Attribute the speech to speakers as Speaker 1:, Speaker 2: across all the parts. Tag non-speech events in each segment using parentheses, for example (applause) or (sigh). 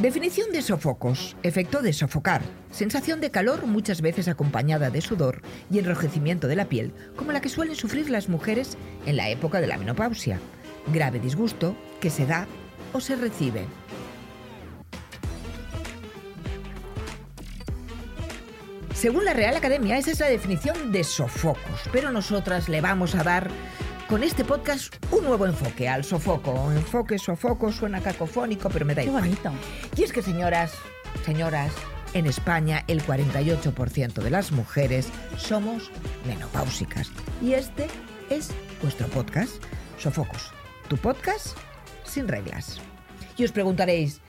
Speaker 1: Definición de sofocos. Efecto de sofocar. Sensación de calor muchas veces acompañada de sudor y enrojecimiento de la piel, como la que suelen sufrir las mujeres en la época de la menopausia. Grave disgusto que se da o se recibe. Según la Real Academia, esa es la definición de sofocos, pero nosotras le vamos a dar con este podcast un nuevo enfoque al sofoco. Enfoque, sofoco, suena cacofónico, pero me da
Speaker 2: Qué
Speaker 1: igual.
Speaker 2: bonito.
Speaker 1: Y es que, señoras, señoras, en España el 48% de las mujeres somos menopáusicas. Y este es vuestro podcast, Sofocos, tu podcast sin reglas. Y os preguntaréis,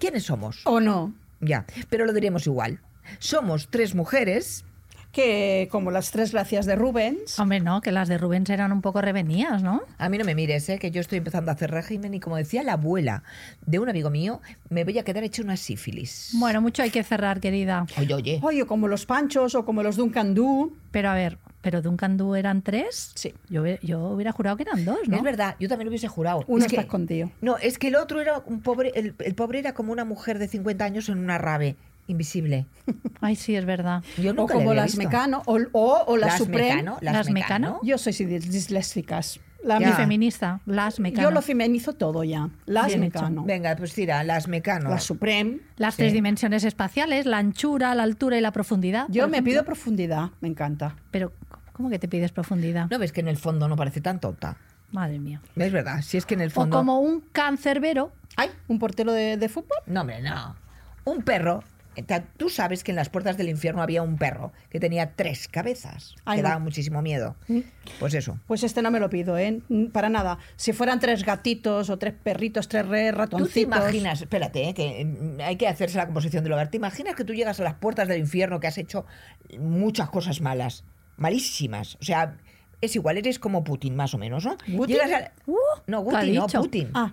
Speaker 1: ¿quiénes somos?
Speaker 2: ¿O no?
Speaker 1: Ya, pero lo diremos igual. Somos tres mujeres.
Speaker 3: que como las tres gracias de Rubens,
Speaker 1: Ah,
Speaker 2: Hombre, no, que las de Rubens eran un poco revenías, ¿no?
Speaker 1: A mí no me mires, ¿eh? que yo estoy empezando a hacer régimen y como decía la abuela de un amigo mío, me voy a quedar hecha una sífilis.
Speaker 2: Bueno, mucho hay que cerrar, querida.
Speaker 1: Oye, oye.
Speaker 3: oye, como los panchos o como los Duncan Du,
Speaker 2: Pero a ver, ¿pero Duncan Du eran tres?
Speaker 3: Sí.
Speaker 2: Yo, hubie- yo hubiera jurado que eran dos, ¿no?
Speaker 1: Es verdad, yo también lo hubiese jurado.
Speaker 3: uno
Speaker 1: Es que-
Speaker 3: está escondido.
Speaker 1: No, es que el otro era un pobre, el, el pobre era como una mujer de 50 años en una rave invisible.
Speaker 2: Ay, sí, es verdad.
Speaker 1: Yo
Speaker 3: O
Speaker 1: nunca le
Speaker 3: como
Speaker 1: había
Speaker 3: las
Speaker 1: visto.
Speaker 3: Mecano o, o, o las, Supreme.
Speaker 1: Mecano, las,
Speaker 2: Las
Speaker 1: Mecano.
Speaker 2: Mecano.
Speaker 3: Yo soy dis- disléxicas. La
Speaker 1: Ya.
Speaker 2: Y feminista, las mecano.
Speaker 3: Yo lo feminizo todo ya. Las
Speaker 2: Bien hecho.
Speaker 3: Mecano.
Speaker 1: Venga, pues tira, las Mecano.
Speaker 3: Las Supreme.
Speaker 2: Las
Speaker 1: Sí.
Speaker 2: tres dimensiones espaciales, la anchura, la altura y la profundidad.
Speaker 3: Yo
Speaker 2: por
Speaker 3: me
Speaker 2: ejemplo.
Speaker 3: pido profundidad, me encanta.
Speaker 2: Pero, ¿cómo que te pides profundidad?
Speaker 1: ¿No ves que en el fondo no parece tan tonta?
Speaker 2: Madre mía.
Speaker 1: Es verdad, si es que en el
Speaker 2: O
Speaker 1: fondo...
Speaker 2: como un cancerbero.
Speaker 3: ¿Ay? ¿Un portero de, de fútbol?
Speaker 1: No, hombre, no. Un perro... eh, ta- Tú sabes que en las puertas del infierno había un perro que tenía tres cabezas,
Speaker 3: Ay,
Speaker 1: que
Speaker 3: no. ¿Mm?
Speaker 1: daba muchísimo miedo. Pues eso.
Speaker 3: Pues este no me lo pido, ¿eh? Mm, Para nada. Si fueran tres gatitos o tres perritos, tres re-
Speaker 1: Tú
Speaker 3: ratoncitos.
Speaker 1: te imaginas, espérate, eh, que mm, hay que hacerse la composición del hogar. ¿Te imaginas que tú llegas a las puertas del infierno que has hecho muchas cosas malas, malísimas? O sea, es igual, eres como Putin, más o menos, ¿no?
Speaker 3: ¿Putin?
Speaker 1: Llegas a-
Speaker 2: Uh,
Speaker 1: No,
Speaker 2: ¿qué ha
Speaker 1: Guti, no,
Speaker 2: dicho?
Speaker 1: Putin.
Speaker 3: Ah,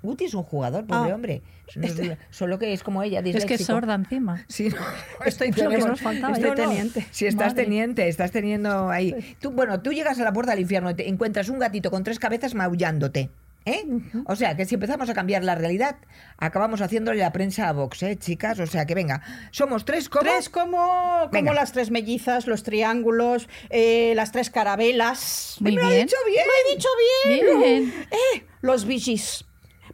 Speaker 1: Guti es un jugador, pobre
Speaker 3: Ah.
Speaker 1: hombre. No es- Solo que es como ella,
Speaker 2: Este- Es que es
Speaker 1: disléxico.
Speaker 2: sorda encima.
Speaker 1: (laughs) Sí, no, estoy
Speaker 2: lo que nos faltaba.
Speaker 1: estoy
Speaker 2: No, no.
Speaker 1: teniente. Si estás
Speaker 2: Madre.
Speaker 1: teniente, estás teniendo ahí. Tú, bueno, tú llegas a la puerta del infierno y te encuentras un gatito con tres cabezas maullándote. ¿Eh? O sea, que si empezamos a cambiar la realidad, acabamos haciéndole la prensa a Vox, ¿eh, chicas? O sea, que venga, somos tres como...
Speaker 3: Tres como,
Speaker 1: Venga.
Speaker 3: como las tres mellizas, los triángulos, eh, las tres carabelas.
Speaker 2: Muy
Speaker 3: ¡Ay, me lo he
Speaker 2: bien.
Speaker 3: dicho bien. Lo he dicho bien.
Speaker 2: Bien.
Speaker 3: Eh, los bichis.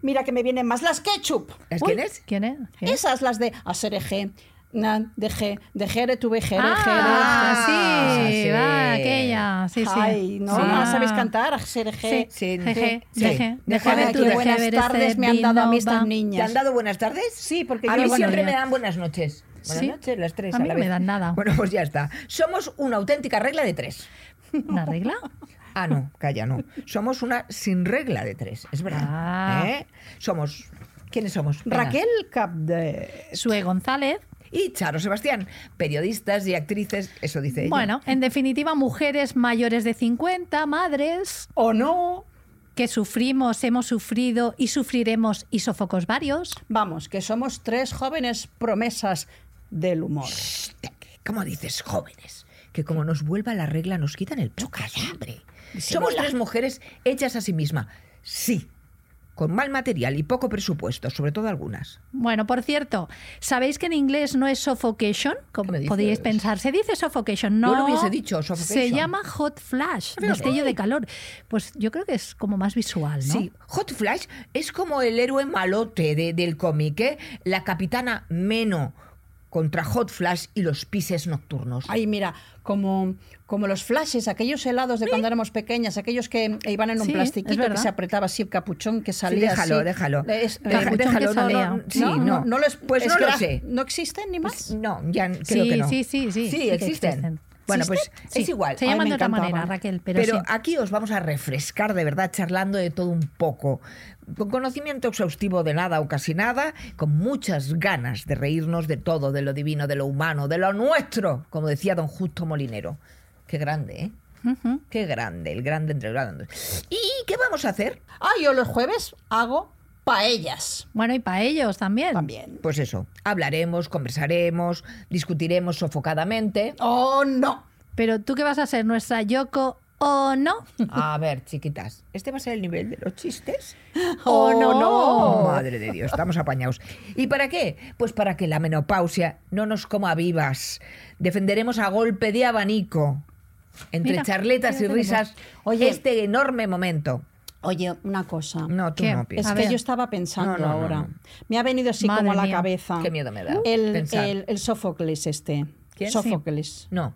Speaker 3: Mira que me vienen más las ketchup.
Speaker 1: ¿Es
Speaker 2: Uy,
Speaker 1: quién es?
Speaker 2: ¿Quién es? ¿Quién es?
Speaker 3: Esas las de hacer eje, na, de G, de jere, tuve jere,
Speaker 2: Ah,
Speaker 1: jere.
Speaker 2: sí,
Speaker 1: Sí.
Speaker 2: va, aquella. Sí, sí.
Speaker 3: Ay, no,
Speaker 2: Sí.
Speaker 3: ah, sabéis cantar, hacer
Speaker 2: Sí,
Speaker 3: eje.
Speaker 1: Sí,
Speaker 2: jeje,
Speaker 1: sí.
Speaker 2: jeje,
Speaker 1: Déjame
Speaker 2: déjame
Speaker 3: Ay,
Speaker 1: tú,
Speaker 2: tú,
Speaker 3: qué
Speaker 1: deja
Speaker 2: déjame
Speaker 3: buenas
Speaker 2: ver
Speaker 3: tardes
Speaker 2: este
Speaker 3: me han dado a mí
Speaker 2: vino,
Speaker 3: estas
Speaker 2: va.
Speaker 1: ¿Te
Speaker 3: niñas.
Speaker 1: han dado buenas tardes?
Speaker 3: Sí, porque
Speaker 1: A
Speaker 3: yo
Speaker 1: mí
Speaker 2: buenos
Speaker 1: siempre me
Speaker 2: días.
Speaker 1: dan buenas noches. Buenas
Speaker 2: Sí.
Speaker 1: noches, las tres.
Speaker 2: A mí
Speaker 1: la
Speaker 2: no me
Speaker 1: vez.
Speaker 2: dan nada.
Speaker 1: Bueno, pues ya está. Somos una auténtica regla de tres.
Speaker 2: ¿Una regla?
Speaker 1: Ah, no, calla, no. Somos una sin regla de tres, es verdad.
Speaker 2: Ah.
Speaker 1: ¿Eh? Somos. ¿Quiénes somos? Venga.
Speaker 3: Raquel Capde.
Speaker 2: Sue
Speaker 3: (laughs)
Speaker 2: González.
Speaker 1: Y Charo Sebastián, periodistas y actrices, eso dice ella.
Speaker 2: Bueno, en definitiva, mujeres mayores de 50, madres,
Speaker 3: ¿O no?
Speaker 2: que sufrimos, hemos sufrido y sufriremos y sofocos varios.
Speaker 3: Vamos, que somos tres jóvenes promesas del humor.
Speaker 1: ¿Cómo dices, jóvenes? Que como nos vuelva la regla, nos quitan el poca hambre. Somos tres mujeres hechas a sí misma. Sí, con mal material y poco presupuesto, sobre todo algunas.
Speaker 2: Bueno, por cierto, ¿sabéis que en inglés no es suffocation? Como
Speaker 1: ¿Qué me
Speaker 2: podríais
Speaker 1: dices?
Speaker 2: pensar, se dice suffocation, no.
Speaker 1: Yo lo hubiese dicho, suffocation.
Speaker 2: Se llama hot flash,
Speaker 1: Fíjate.
Speaker 2: destello de calor. Pues yo creo que es como más visual, ¿no?
Speaker 1: Sí, Hot Flash es como el héroe malote de- del cómic, ¿eh? La capitana Meno contra Hot Flash y los pises nocturnos.
Speaker 3: Ay, mira, como, como los flashes, aquellos helados de cuando éramos pequeñas, aquellos que eh, iban en un
Speaker 2: Sí, es
Speaker 3: plastiquito que
Speaker 2: verdad.
Speaker 3: se apretaba así el capuchón que
Speaker 1: Sí,
Speaker 3: salía.
Speaker 1: déjalo,
Speaker 3: así.
Speaker 1: déjalo.
Speaker 3: Es- eh,
Speaker 1: Deja-
Speaker 2: capuchón que
Speaker 1: déjalo, no,
Speaker 2: salía.
Speaker 1: no, sí,
Speaker 3: no,
Speaker 1: no,
Speaker 3: no, no les-
Speaker 1: pues
Speaker 3: es
Speaker 1: no
Speaker 3: que
Speaker 1: lo
Speaker 3: la-
Speaker 1: sé. Pues, mm.
Speaker 3: ¿No existen ni más?
Speaker 1: No, ya creo
Speaker 2: Sí,
Speaker 1: que no.
Speaker 2: sí, sí, sí, sí
Speaker 1: Sí,
Speaker 2: que
Speaker 1: existen.
Speaker 2: existen.
Speaker 1: Bueno, pues
Speaker 2: ¿Existen? Sí,
Speaker 1: es igual.
Speaker 2: se
Speaker 1: Ay,
Speaker 2: llaman
Speaker 1: me
Speaker 2: de otra
Speaker 1: encantaban.
Speaker 2: manera, Raquel, pero sí.
Speaker 1: aquí os vamos a refrescar de verdad charlando de todo un poco, con conocimiento exhaustivo de nada o casi nada, con muchas ganas de reírnos de todo, de lo divino, de lo humano, de lo nuestro, como decía don Justo Molinero. Qué grande, ¿eh?
Speaker 2: Ujú.
Speaker 1: Qué grande, el grande entre grandes. ¿Y qué vamos a hacer?
Speaker 3: Ah, yo los jueves hago paellas
Speaker 2: Bueno, y para ellos también.
Speaker 3: también.
Speaker 1: Pues eso, hablaremos, conversaremos, discutiremos sofocadamente.
Speaker 3: ¡Oh, no!
Speaker 2: Pero tú qué vas a ser, nuestra Yoko o
Speaker 1: (laughs)
Speaker 2: no.
Speaker 1: A ver, chiquitas, ¿este va a ser el nivel de los chistes?
Speaker 2: ¿O no?
Speaker 1: Oh, Madre de Dios, estamos apañados. ¿Y para qué? Pues para que la menopausia no nos coma vivas. Defenderemos a golpe de abanico, entre
Speaker 2: Mira,
Speaker 1: charletas
Speaker 2: ya
Speaker 1: y
Speaker 2: lo tenemos.
Speaker 1: risas,
Speaker 3: Oye.
Speaker 1: este enorme momento.
Speaker 3: Oye, una cosa.
Speaker 1: No, tú
Speaker 2: ¿Qué?
Speaker 1: no
Speaker 3: Es
Speaker 1: piensas.
Speaker 2: A
Speaker 3: que
Speaker 2: ver.
Speaker 3: yo estaba pensando
Speaker 1: No, no, no,
Speaker 3: ahora.
Speaker 1: no.
Speaker 3: Me ha venido así
Speaker 2: Madre
Speaker 3: como a la
Speaker 2: mía.
Speaker 3: cabeza.
Speaker 1: Qué miedo me da
Speaker 3: El,
Speaker 1: pensar.
Speaker 3: el, el Sófocles este.
Speaker 1: ¿Quién?
Speaker 3: Sófocles.
Speaker 1: No.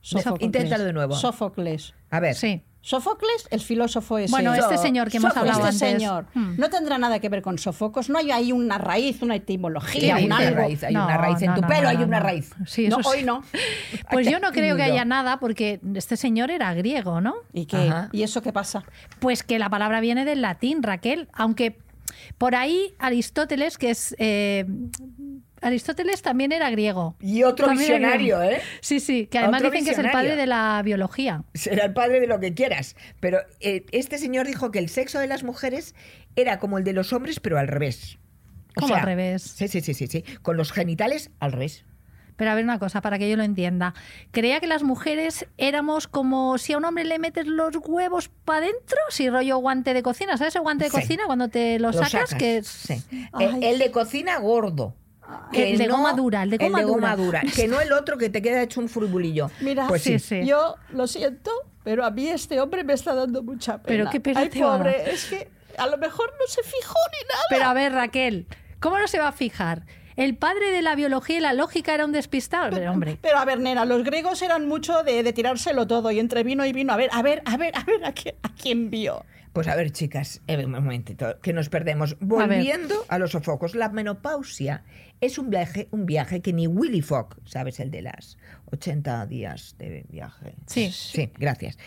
Speaker 3: Sófocles.
Speaker 1: Inténtalo de nuevo.
Speaker 3: Sófocles.
Speaker 1: A ver.
Speaker 2: Sí.
Speaker 3: Sófocles, el filósofo ese.
Speaker 2: Bueno, este
Speaker 1: So-
Speaker 2: señor que hemos
Speaker 1: Sófocles.
Speaker 2: hablado
Speaker 3: Este
Speaker 2: antes.
Speaker 3: señor
Speaker 2: Mm.
Speaker 3: no tendrá nada que ver con Sofocos. No hay ahí una raíz, una
Speaker 1: ¿Qué
Speaker 3: etimología,
Speaker 1: dices,
Speaker 3: un algo.
Speaker 1: raíz? Hay
Speaker 2: No,
Speaker 1: una raíz en
Speaker 2: no,
Speaker 1: tu
Speaker 2: no,
Speaker 1: pelo,
Speaker 2: no,
Speaker 1: hay
Speaker 2: no,
Speaker 1: una
Speaker 2: no.
Speaker 1: raíz.
Speaker 2: Sí,
Speaker 1: no,
Speaker 2: eso sí.
Speaker 1: hoy no. (laughs)
Speaker 2: Pues yo no creo que haya
Speaker 1: Atiendo.
Speaker 2: nada porque este señor era griego, ¿no?
Speaker 3: ¿Y qué?
Speaker 1: Ajá.
Speaker 3: ¿Y eso qué pasa?
Speaker 2: Pues que la palabra viene del latín, Raquel. Aunque por ahí Aristóteles, que es... eh, Aristóteles también era griego.
Speaker 1: Y otro
Speaker 2: También era
Speaker 1: visionario,
Speaker 2: griego.
Speaker 1: ¿eh?
Speaker 2: Sí, sí, que además
Speaker 1: Otro
Speaker 2: dicen que es el
Speaker 1: visionario.
Speaker 2: padre de la biología.
Speaker 1: será el padre de lo que quieras. Pero eh, este señor dijo que el sexo de las mujeres era como el de los hombres, pero al revés. O
Speaker 2: ¿Cómo al revés?
Speaker 1: Sí, sí, sí, sí, sí. Con los genitales al revés.
Speaker 2: Pero a ver una cosa, para que yo lo entienda. Creía que las mujeres éramos como si a un hombre le metes los huevos para adentro, si rollo guante de cocina. ¿Sabes el guante de
Speaker 1: Sí.
Speaker 2: cocina cuando te lo, sacas? Que es-
Speaker 1: sí. Eh,
Speaker 3: Ay.
Speaker 1: El de cocina gordo.
Speaker 2: El de goma dura, el de goma
Speaker 1: dura.
Speaker 2: dura.
Speaker 1: Que no el otro que te queda hecho un
Speaker 2: (laughs)
Speaker 1: furbulillo.
Speaker 3: Mira,
Speaker 1: pues sí.
Speaker 2: sí, sí.
Speaker 3: yo lo siento, pero a mí este hombre me está dando mucha pena.
Speaker 2: Pero qué pena
Speaker 3: Ay,
Speaker 2: te va a
Speaker 3: pobre,
Speaker 2: dar.
Speaker 3: es que a lo mejor no se fijó ni nada.
Speaker 2: Pero a ver, Raquel, ¿cómo no se va a fijar? El padre de la biología y la lógica era un despistado. Pero, hombre,
Speaker 3: Pero a ver, nena, los griegos eran mucho de, de tirárselo todo y entre vino y vino. A ver, a ver, a ver, a ver, ¿a quién, a quién vio?
Speaker 1: Pues a ver, chicas, eh, un momentito, que nos perdemos. Volviendo a, los sofocos, la menopausia es un viaje, un viaje que ni Willy Fogg, ¿sabes? El de las 80 días de viaje.
Speaker 2: Sí.
Speaker 1: Sí, gracias.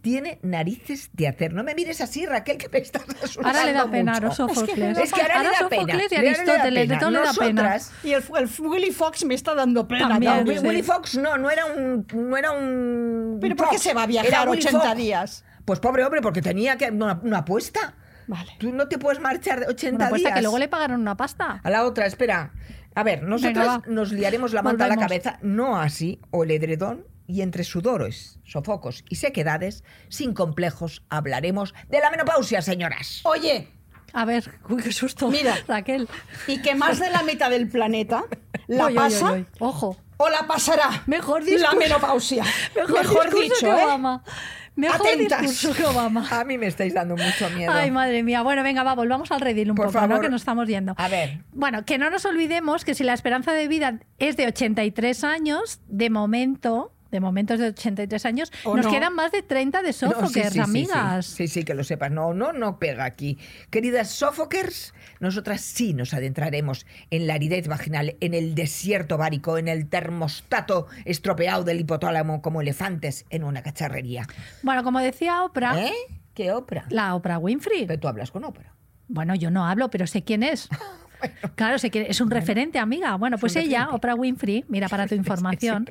Speaker 1: Tiene narices de hacer. No me mires así, Raquel, que me estás asustando
Speaker 2: ahora le da pena a
Speaker 1: mucho.
Speaker 2: los Sófocles.
Speaker 1: Es que ahora, le da pena.
Speaker 2: Sófocles y
Speaker 1: ahora le da
Speaker 2: Aristóteles, de
Speaker 1: pena.
Speaker 2: todo le da pena. pues
Speaker 1: Nosotras,
Speaker 3: Y el, el Willy Fox me está dando pena.
Speaker 2: También,
Speaker 1: no,
Speaker 3: ¿no?
Speaker 1: Wi-
Speaker 2: sí.
Speaker 1: Willy Fox no, no era un. No era un
Speaker 3: Pero ¿por qué
Speaker 1: Fox,
Speaker 3: se va a
Speaker 1: era
Speaker 3: viajar
Speaker 1: Willy
Speaker 3: 80
Speaker 1: Fogg.
Speaker 3: días?
Speaker 1: Pues pobre hombre, porque tenía que una, una apuesta.
Speaker 3: Vale.
Speaker 1: Tú no te puedes marchar de 80
Speaker 2: Una apuesta
Speaker 1: días.
Speaker 2: que luego le pagaron una pasta.
Speaker 1: A la otra, espera. A ver, nosotras
Speaker 2: Venga, va.
Speaker 1: nos liaremos la manta a la
Speaker 2: Volvemos.
Speaker 1: cabeza, no así, o el edredón, y entre sudores, sofocos y sequedades, sin complejos, hablaremos de la menopausia, señoras.
Speaker 3: Oye,
Speaker 2: A ver, (laughs) uy, qué susto.
Speaker 3: Mira.
Speaker 2: Raquel.
Speaker 3: y que más de la mitad del planeta la
Speaker 2: Uy, uy, uy,
Speaker 3: pasa
Speaker 2: uy. Ojo.
Speaker 3: o la pasará.
Speaker 2: Mejor
Speaker 3: La
Speaker 1: (laughs)
Speaker 2: discurso.
Speaker 3: menopausia.
Speaker 2: Mejor, discurso
Speaker 3: dicho,
Speaker 2: que
Speaker 3: ¿eh?
Speaker 2: Obama. Mejor
Speaker 3: Atentas.
Speaker 2: discurso
Speaker 1: (laughs)
Speaker 2: que Obama.
Speaker 1: A mí me estáis dando mucho miedo.
Speaker 2: Ay, madre mía. Bueno, venga, va, volvamos al redil un
Speaker 1: Por
Speaker 2: poco,
Speaker 1: favor.
Speaker 2: ¿no? Que nos estamos yendo.
Speaker 1: A ver.
Speaker 2: Bueno, que no nos olvidemos que si la esperanza de vida es de 83 años, de momento, de momento es de 83 años,
Speaker 3: ¿O
Speaker 2: nos
Speaker 3: no?
Speaker 2: quedan más de 30 de
Speaker 1: No,
Speaker 2: Sófocles,
Speaker 1: sí, sí, sí,
Speaker 2: amigas.
Speaker 1: Sí, sí, sí, que lo sepas. No, no, no pega aquí. Queridas Sofokers, nosotras sí nos adentraremos en la aridez vaginal, en el desierto bárico, en el termostato estropeado del hipotálamo como elefantes en una cacharrería.
Speaker 2: Bueno, como decía Oprah,
Speaker 1: ¿Eh? ¿Qué ópera?
Speaker 2: la Oprah Winfrey.
Speaker 1: Pero tú hablas con ópera.
Speaker 2: Bueno, yo no hablo, pero sé
Speaker 1: (laughs)
Speaker 2: quién es. Claro, sé quién es un referente, amiga. Bueno, pues
Speaker 1: un
Speaker 2: ella,
Speaker 1: referente.
Speaker 2: Oprah Winfrey,
Speaker 1: (laughs)
Speaker 2: mira para tu información,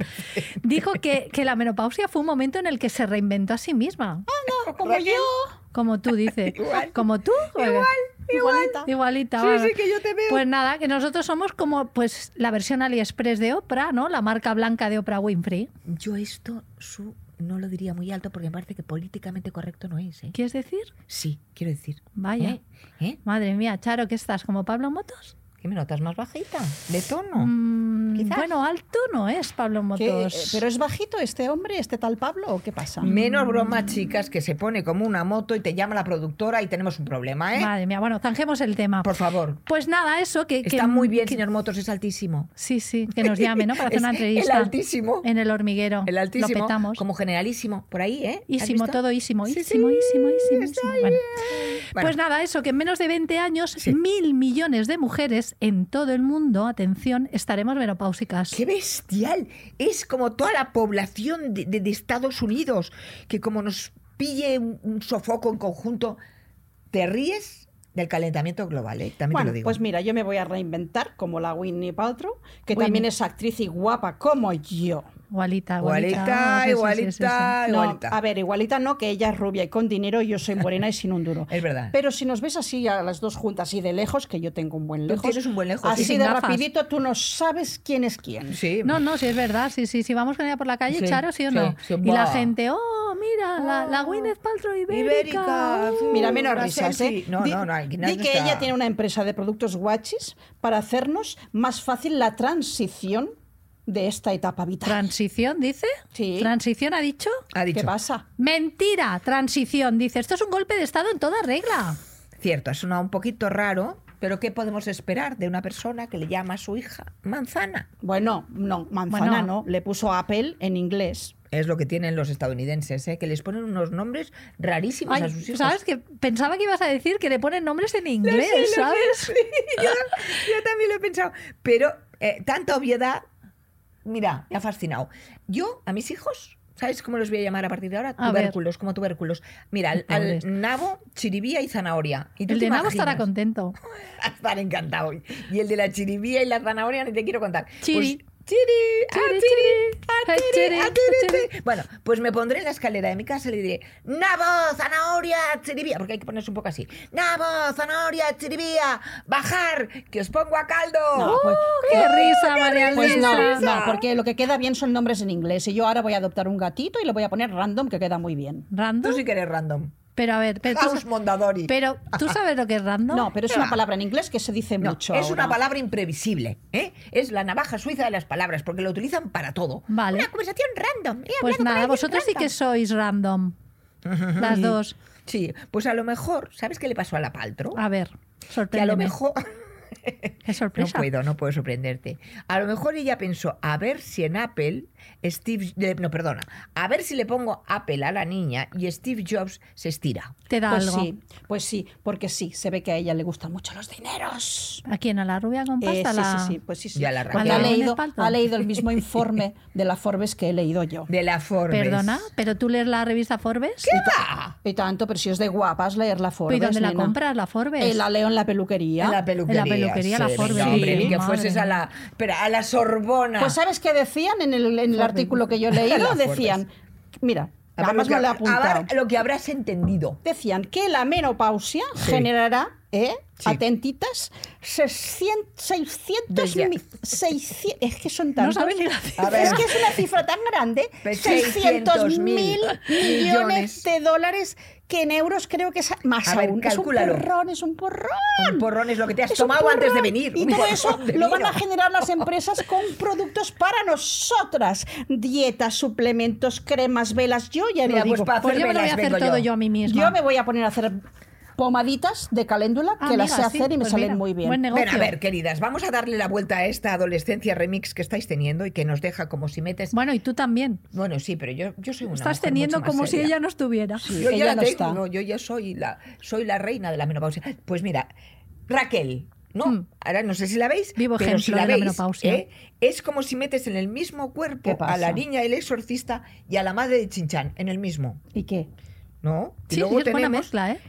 Speaker 2: dijo que, que la menopausia fue un momento en el que se reinventó a sí misma.
Speaker 3: Como yo.
Speaker 2: Como tú dices.
Speaker 1: (laughs) Igual.
Speaker 2: Como tú. Igual,
Speaker 3: Igualita.
Speaker 2: Igualita.
Speaker 1: Sí,
Speaker 2: vamos.
Speaker 1: sí, que yo te veo.
Speaker 2: Pues nada, que nosotros somos como pues la versión AliExpress de Oprah, ¿no? La marca blanca de Oprah Winfrey.
Speaker 1: Yo esto su, no lo diría muy alto porque me parece que políticamente correcto no es. ¿eh?
Speaker 2: ¿Quieres decir?
Speaker 1: Sí, quiero decir.
Speaker 2: Vaya.
Speaker 1: ¿Eh? ¿Eh?
Speaker 2: Madre mía, Charo, ¿qué estás? ¿Como Pablo Motos?
Speaker 1: ¿Qué me notas más bajita? ¿De tono?
Speaker 2: Mm,
Speaker 1: Quizás. eh,
Speaker 2: bueno, alto no es Pablo
Speaker 3: ¿Qué?
Speaker 2: Motos.
Speaker 3: eh, ¿Pero es bajito este hombre, este tal Pablo, o qué pasa?
Speaker 1: Menos broma, chicas, que se pone como una moto y te llama la productora y tenemos un problema, ¿eh?
Speaker 2: Madre mía, bueno, zanjemos el tema.
Speaker 1: Por favor.
Speaker 2: Pues nada, eso que... que-
Speaker 1: Está muy bien,
Speaker 2: que-
Speaker 1: señor Motos, es altísimo. (laughs)
Speaker 2: Sí, sí, que nos llame, ¿no? Para hacer
Speaker 1: Es
Speaker 2: una entrevista.
Speaker 1: el altísimo.
Speaker 2: En el hormiguero.
Speaker 1: El
Speaker 2: Lo
Speaker 1: altísimo,
Speaker 2: petamos.
Speaker 1: como generalísimo, por ahí, ¿eh? ¿Has
Speaker 2: Ísimo,
Speaker 1: visto?
Speaker 2: todo ísimo,
Speaker 1: Sí,
Speaker 2: ísimo,
Speaker 1: sí,
Speaker 2: ísimo, ísimo,
Speaker 1: está
Speaker 2: ísimo.
Speaker 1: bien.
Speaker 2: Bueno.
Speaker 1: Bueno,
Speaker 2: Pues nada, eso, que en menos de 20 años,
Speaker 1: Sí.
Speaker 2: mil millones de mujeres en todo el mundo, atención, estaremos menopáusicas.
Speaker 1: ¡Qué bestial! Es como toda la población de, de- de Estados Unidos, que como nos pille un, un sofoco en conjunto, te ríes del calentamiento global, ¿eh? También te
Speaker 3: Bueno,
Speaker 1: lo digo.
Speaker 3: pues mira, yo me voy a reinventar como la Winnie Paltrow, que
Speaker 2: Winnie.
Speaker 3: también es actriz y guapa como yo.
Speaker 2: Igualita,
Speaker 1: Igualita,
Speaker 2: igualita. Sí, sí, sí,
Speaker 1: igualita,
Speaker 2: sí,
Speaker 3: No,
Speaker 1: Ah, igualita.
Speaker 3: a ver, igualita no, que ella es rubia y con dinero y yo soy morena y sin un duro.
Speaker 1: (laughs) Es verdad.
Speaker 3: Pero si nos ves así a las dos juntas y de lejos, que yo tengo un buen
Speaker 1: Tú
Speaker 3: lejos.
Speaker 1: tienes un buen lejos, sí.
Speaker 3: Así
Speaker 2: Y sin
Speaker 3: de
Speaker 2: gafas.
Speaker 3: rapidito tú no sabes quién es quién.
Speaker 1: Sí.
Speaker 2: sí. No, no, sí, es verdad. Sí, sí, sí. Vamos con ella por la calle,
Speaker 1: Sí,
Speaker 2: Charo, sí o
Speaker 1: sí,
Speaker 2: no.
Speaker 1: sí,
Speaker 2: y la
Speaker 1: buah.
Speaker 2: gente, oh, mira, la, la Gwyneth Paltrow ibérica.
Speaker 1: Ibérica.
Speaker 2: uh".
Speaker 3: Mira, menos
Speaker 1: Una
Speaker 3: risas,
Speaker 1: selfie.
Speaker 3: ¿eh?
Speaker 1: No,
Speaker 3: Di-
Speaker 1: no, no, al final
Speaker 3: di
Speaker 1: no
Speaker 3: que
Speaker 1: está-
Speaker 3: ella tiene una empresa de productos guachis para hacernos más fácil la transición de esta etapa vital.
Speaker 2: Transición, dice.
Speaker 3: Sí.
Speaker 2: Transición ha dicho.
Speaker 1: Ha dicho.
Speaker 3: ¿Qué pasa?
Speaker 2: Mentira, transición, dice. Esto es un golpe de Estado en toda regla.
Speaker 1: Cierto, ha sonado un poquito raro, pero ¿qué podemos esperar de una persona que le llama a su hija manzana?
Speaker 3: Bueno, no, manzana
Speaker 2: Bueno.
Speaker 3: no, le puso Apple en inglés.
Speaker 1: Es lo que tienen los estadounidenses, ¿eh? que les ponen unos nombres rarísimos
Speaker 2: Ay,
Speaker 1: a sus hijos.
Speaker 2: ¿Sabes? Que pensaba que ibas a decir que le ponen nombres en inglés,
Speaker 1: Sí, lo pues. sé,
Speaker 2: ¿sabes?
Speaker 1: sí, yo, yo también lo he pensado. Pero eh, tanta obviedad, mira, me ha fascinado. Yo, a mis hijos, ¿sabes cómo los voy a llamar a partir de ahora?
Speaker 2: A ver.
Speaker 1: tubérculos, como tubérculos. Mira, al, al
Speaker 2: Pobres.
Speaker 1: nabo, chiribía y zanahoria. ¿Y tú
Speaker 2: El
Speaker 1: te
Speaker 2: de Nabo
Speaker 1: imaginas?
Speaker 2: estará contento.
Speaker 1: (laughs) Estar encantado. Y el de la chiribía y la zanahoria ni te quiero contar.
Speaker 2: Chiri.
Speaker 1: Pues, chiri, ah,
Speaker 2: Chiri,
Speaker 1: chiri,
Speaker 2: chiri,
Speaker 1: ah,
Speaker 2: ay,
Speaker 1: chiri,
Speaker 2: chiri,
Speaker 1: ah, chiri,
Speaker 2: chiri.
Speaker 1: chiri. Bueno, pues me pondré en la escalera de mi casa y le diré, nabo, zanahoria, chiribía, porque hay que ponerse un poco así. Nabo, zanahoria, chiribía, bajar, que os pongo a caldo. Ah,
Speaker 3: No, pues-
Speaker 2: Oh, ¡Qué risa, María
Speaker 3: Pues
Speaker 2: Luisa!
Speaker 3: no, no, porque lo que queda bien son nombres en inglés. Y yo ahora voy a adoptar un gatito y le voy a poner random, que queda muy bien.
Speaker 1: Tú
Speaker 2: ¿Random?
Speaker 1: sí que eres random.
Speaker 2: Pero a ver, pero
Speaker 1: House
Speaker 2: tú,
Speaker 1: Mondadori.
Speaker 2: pero tú sabes lo que es random.
Speaker 3: No, pero es
Speaker 1: ¿Qué
Speaker 3: una
Speaker 1: va?
Speaker 3: palabra en inglés que se dice
Speaker 1: No,
Speaker 3: mucho.
Speaker 1: es una
Speaker 3: ahora.
Speaker 1: palabra imprevisible, ¿eh? Es la navaja suiza de las palabras, porque la utilizan para todo.
Speaker 2: Vale.
Speaker 1: Una conversación random. He hablado
Speaker 2: Pues
Speaker 1: con
Speaker 2: nada,
Speaker 1: alguien
Speaker 2: vosotros sí
Speaker 1: random.
Speaker 2: que sois random. Las dos.
Speaker 1: Sí, pues a lo mejor, ¿sabes qué le pasó a la Paltro?
Speaker 2: A ver,
Speaker 1: que a
Speaker 2: sorprende.
Speaker 1: lo
Speaker 2: (laughs)
Speaker 1: mejor...
Speaker 2: Qué
Speaker 1: No
Speaker 2: sorpresa.
Speaker 1: puedo, no puedo sorprenderte. A lo mejor ella pensó, a ver si en Apple, Steve... eh, No, perdona. A ver si le pongo Apple a la niña y Steve Jobs se estira.
Speaker 2: Te da
Speaker 3: Pues
Speaker 2: algo.
Speaker 3: sí, pues sí, porque sí, se ve que a ella le gustan mucho los dineros.
Speaker 2: ¿A quién? ¿A la rubia con
Speaker 3: Eh,
Speaker 2: pasta?
Speaker 3: sí,
Speaker 2: La-
Speaker 3: sí, sí, pues sí, sí.
Speaker 1: Y a la
Speaker 3: Porque
Speaker 1: Raquel.
Speaker 3: ha
Speaker 1: ¿A la
Speaker 3: leído,
Speaker 2: Gwyneth Paltrow?
Speaker 3: ha leído el
Speaker 2: (laughs)
Speaker 3: mismo informe de la Forbes que he leído yo.
Speaker 1: De la Forbes.
Speaker 2: Perdona, pero tú lees la revista Forbes.
Speaker 1: ¿Qué va?
Speaker 3: Y tanto, pero si es de guapas leer la Forbes.
Speaker 2: ¿Y dónde la
Speaker 3: nena.
Speaker 2: compras, la Forbes?
Speaker 3: Eh, la leo en la peluquería.
Speaker 1: En la peluquería.
Speaker 2: En la peluquería, la
Speaker 1: sí, venga,
Speaker 2: Forbes.
Speaker 1: hombre,
Speaker 3: Sí,
Speaker 1: ni que
Speaker 2: madre
Speaker 1: fueses a la, espera, a la Sorbona.
Speaker 3: Pues ¿sabes qué decían en el, en el artículo que yo he leído?
Speaker 1: (laughs) La
Speaker 3: Decían, mira,
Speaker 1: A ver lo
Speaker 3: además
Speaker 1: que-
Speaker 3: me lo he
Speaker 1: a ver
Speaker 3: apuntado.
Speaker 1: lo que habrás entendido.
Speaker 3: Decían que la menopausia
Speaker 1: Sí.
Speaker 3: generará, ¿eh?
Speaker 1: Sí.
Speaker 3: Atentitas, 600, 600
Speaker 1: Desde-
Speaker 3: mil- 600 es que son
Speaker 2: No
Speaker 3: tantos.
Speaker 2: sabes ni la cifra.
Speaker 1: A ver.
Speaker 3: Es que es una cifra tan grande,
Speaker 1: Pues
Speaker 3: 600
Speaker 1: 600.000
Speaker 3: mil
Speaker 1: millones.
Speaker 3: millones de dólares, que en euros creo que es más
Speaker 1: A ver,
Speaker 3: aún.
Speaker 1: calcúlalo.
Speaker 3: Es un porrón, es un porrón.
Speaker 1: Un porrón es lo que te has
Speaker 3: Mm. Es un
Speaker 1: tomado antes de
Speaker 3: porrón.
Speaker 1: venir.
Speaker 3: Y
Speaker 1: Un
Speaker 3: todo
Speaker 1: porrón
Speaker 3: eso
Speaker 1: de
Speaker 3: lo van
Speaker 1: vino.
Speaker 3: a generar las empresas con productos para nosotras. Dietas, suplementos, cremas, velas. Yo ya
Speaker 1: Mira,
Speaker 3: lo
Speaker 1: pues
Speaker 3: digo.
Speaker 1: para
Speaker 2: Pues yo me lo voy a
Speaker 1: hacérmelas
Speaker 2: hacer
Speaker 1: vengo
Speaker 2: todo
Speaker 1: yo.
Speaker 2: yo a mí misma.
Speaker 3: Yo me voy a poner a hacer pomaditas de caléndula que
Speaker 2: Ah,
Speaker 3: las sé
Speaker 2: amiga, sí,
Speaker 3: hacer y me
Speaker 2: pues
Speaker 3: salen
Speaker 2: mira,
Speaker 3: muy bien.
Speaker 2: buen negocio.
Speaker 1: Ven, a ver, queridas, vamos a darle la vuelta a esta adolescencia remix que estáis teniendo y que nos deja como si metes.
Speaker 2: Bueno, y tú también.
Speaker 1: Bueno, sí, pero yo, yo soy una.
Speaker 2: Estás
Speaker 1: mujer
Speaker 2: teniendo
Speaker 1: mucho más
Speaker 2: como si
Speaker 1: seria.
Speaker 2: ella no estuviera.
Speaker 3: Sí,
Speaker 1: Yo
Speaker 3: que
Speaker 1: ya la
Speaker 3: ya no
Speaker 1: tengo,
Speaker 3: está.
Speaker 1: no, yo ya soy la, soy la reina de la menopausia. Pues mira, Raquel, ¿no?
Speaker 2: Hmm.
Speaker 1: Ahora no sé si la veis,
Speaker 2: Vivo
Speaker 1: pero si
Speaker 2: ejemplo
Speaker 1: la
Speaker 2: de la
Speaker 1: veis,
Speaker 2: menopausia.
Speaker 1: ¿eh? es como si metes en el mismo
Speaker 3: ¿Qué
Speaker 1: cuerpo
Speaker 3: pasa?
Speaker 1: a la niña del exorcista y a la madre de Chinchán, en el mismo,
Speaker 3: ¿Y qué?
Speaker 1: ¿no? Y
Speaker 2: Sí,
Speaker 1: luego
Speaker 2: es buena
Speaker 1: tenemos
Speaker 2: mezcla, ¿eh?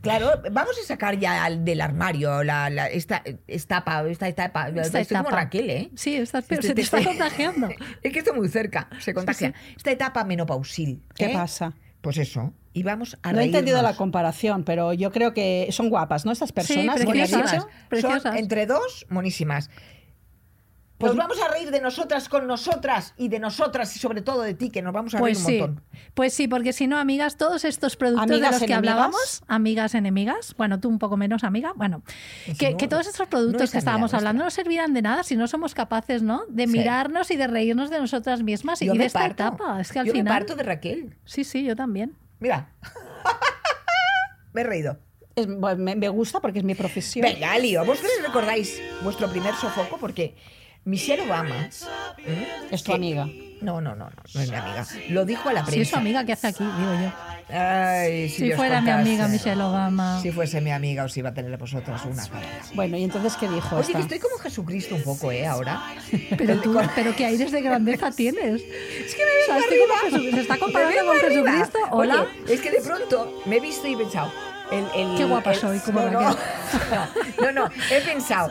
Speaker 1: Claro, vamos a sacar ya al- del armario la, la- esta etapa, esta etapa.
Speaker 2: Esta
Speaker 1: Estoy como
Speaker 2: etapa.
Speaker 1: Raquel, ¿eh?
Speaker 2: Sí, estás, pero
Speaker 1: Este-
Speaker 2: se te
Speaker 1: este- (laughs)
Speaker 2: está contagiando.
Speaker 1: Es que estoy muy cerca, se contagia. Esta etapa menopausil.
Speaker 3: ¿Qué
Speaker 1: ¿eh?
Speaker 3: pasa?
Speaker 1: Pues eso, y vamos a
Speaker 3: No he entendido la Ah,
Speaker 1: reírnos.
Speaker 3: comparación, pero yo creo que son guapas, ¿no? Estas personas.
Speaker 2: pero
Speaker 3: ¿no?
Speaker 2: es que
Speaker 3: ¿Las
Speaker 2: sí,
Speaker 1: Monísimas.
Speaker 3: has
Speaker 2: ¿no?
Speaker 3: dicho?
Speaker 2: Preciosas.
Speaker 1: Son entre dos, monísimas. Pues
Speaker 3: Pues-
Speaker 1: nos vamos a reír de nosotras con nosotras y de nosotras y sobre todo de ti, que nos vamos a
Speaker 2: Pues
Speaker 1: reír
Speaker 2: sí,
Speaker 1: un montón.
Speaker 2: pues sí, porque si no, amigas, todos estos productos de
Speaker 3: Amigas
Speaker 2: los que
Speaker 3: enemigas.
Speaker 2: hablábamos, amigas enemigas, bueno, tú un poco menos amiga, bueno,
Speaker 1: Y si
Speaker 2: que,
Speaker 1: no,
Speaker 2: que todos estos
Speaker 1: no es
Speaker 2: productos
Speaker 1: amiga
Speaker 2: que estábamos
Speaker 1: nuestra.
Speaker 2: hablando no servirán de nada si no somos capaces, ¿no? De
Speaker 1: Sí.
Speaker 2: mirarnos y de reírnos de nosotras mismas y
Speaker 1: Yo
Speaker 2: de
Speaker 1: me
Speaker 2: esta
Speaker 1: parto.
Speaker 2: etapa. Es que al
Speaker 1: Yo me
Speaker 2: final.
Speaker 1: parto de Raquel.
Speaker 2: Sí, sí, yo también. (laughs)
Speaker 1: Mira. me he reído.
Speaker 3: Es- bueno, me, me gusta porque es mi profesión.
Speaker 1: Venga, lío. ¿Vosotros recordáis vuestro primer sofoco? Porque Michelle Obama... ¿m?
Speaker 3: Es tu amiga.
Speaker 1: No, no, no, no, no es mi amiga. Lo dijo a la
Speaker 2: Si es su
Speaker 1: prensa.
Speaker 2: amiga que hace aquí, digo yo.
Speaker 1: Ay, si
Speaker 2: Si
Speaker 1: Dios
Speaker 2: fuera mi
Speaker 1: contase.
Speaker 2: amiga Michelle Obama.
Speaker 1: Si fuese mi amiga, os iba a tener a vosotras una cara.
Speaker 3: Bueno, ¿y entonces qué dijo
Speaker 1: Oye,
Speaker 3: esta?
Speaker 1: que estoy como Jesucristo un poco, ¿eh? Ahora. (laughs)
Speaker 2: Pero tú, pero qué aires de grandeza tienes. Es que
Speaker 1: vengo
Speaker 2: ¿Se está
Speaker 1: Me
Speaker 2: comparando
Speaker 1: vengo
Speaker 2: con
Speaker 1: arriba.
Speaker 2: Jesucristo? Hola.
Speaker 1: Oye, es que de pronto me he visto y he pensado. El, el-
Speaker 2: Qué guapa
Speaker 1: el-
Speaker 2: soy,
Speaker 1: (laughs)
Speaker 2: como
Speaker 1: no, no,
Speaker 2: Raquel.
Speaker 1: no, no, no, he pensado.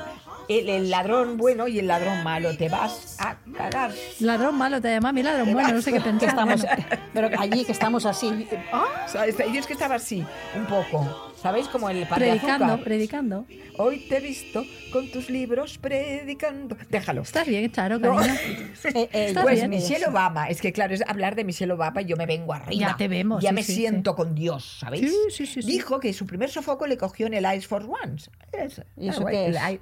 Speaker 1: el, el ladrón bueno y el ladrón malo. Te vas a cagar.
Speaker 2: Ladrón malo, te llama mi ladrón bueno, no sé qué
Speaker 3: Que
Speaker 1: (laughs)
Speaker 2: pensar.
Speaker 3: estamos,
Speaker 2: Bueno,
Speaker 3: (laughs) pero allí que estamos así.
Speaker 2: Ah.
Speaker 1: O sea, este- Yo es que estaba así, un poco. ¿Sabéis? Como el pan de
Speaker 2: predicando,
Speaker 1: azúcar.
Speaker 2: predicando.
Speaker 1: Hoy te he visto con tus libros predicando. Déjalo.
Speaker 2: Estás bien, Charo, cariño.
Speaker 3: Eh, eh,
Speaker 2: Está
Speaker 1: Pues
Speaker 2: bien.
Speaker 1: Michelle Obama, es que claro, es hablar de Michelle Obama y yo me vengo arriba.
Speaker 2: Ya te vemos,
Speaker 1: Ya
Speaker 2: sí,
Speaker 1: me
Speaker 2: sí,
Speaker 1: siento con Dios, ¿sabéis?
Speaker 2: Sí, sí, sí, sí.
Speaker 1: Dijo que su primer sofoco le cogió en el Ice Force Ones. Es-
Speaker 3: ¿Y eso
Speaker 1: ah,
Speaker 3: qué
Speaker 1: el
Speaker 3: es?
Speaker 1: I-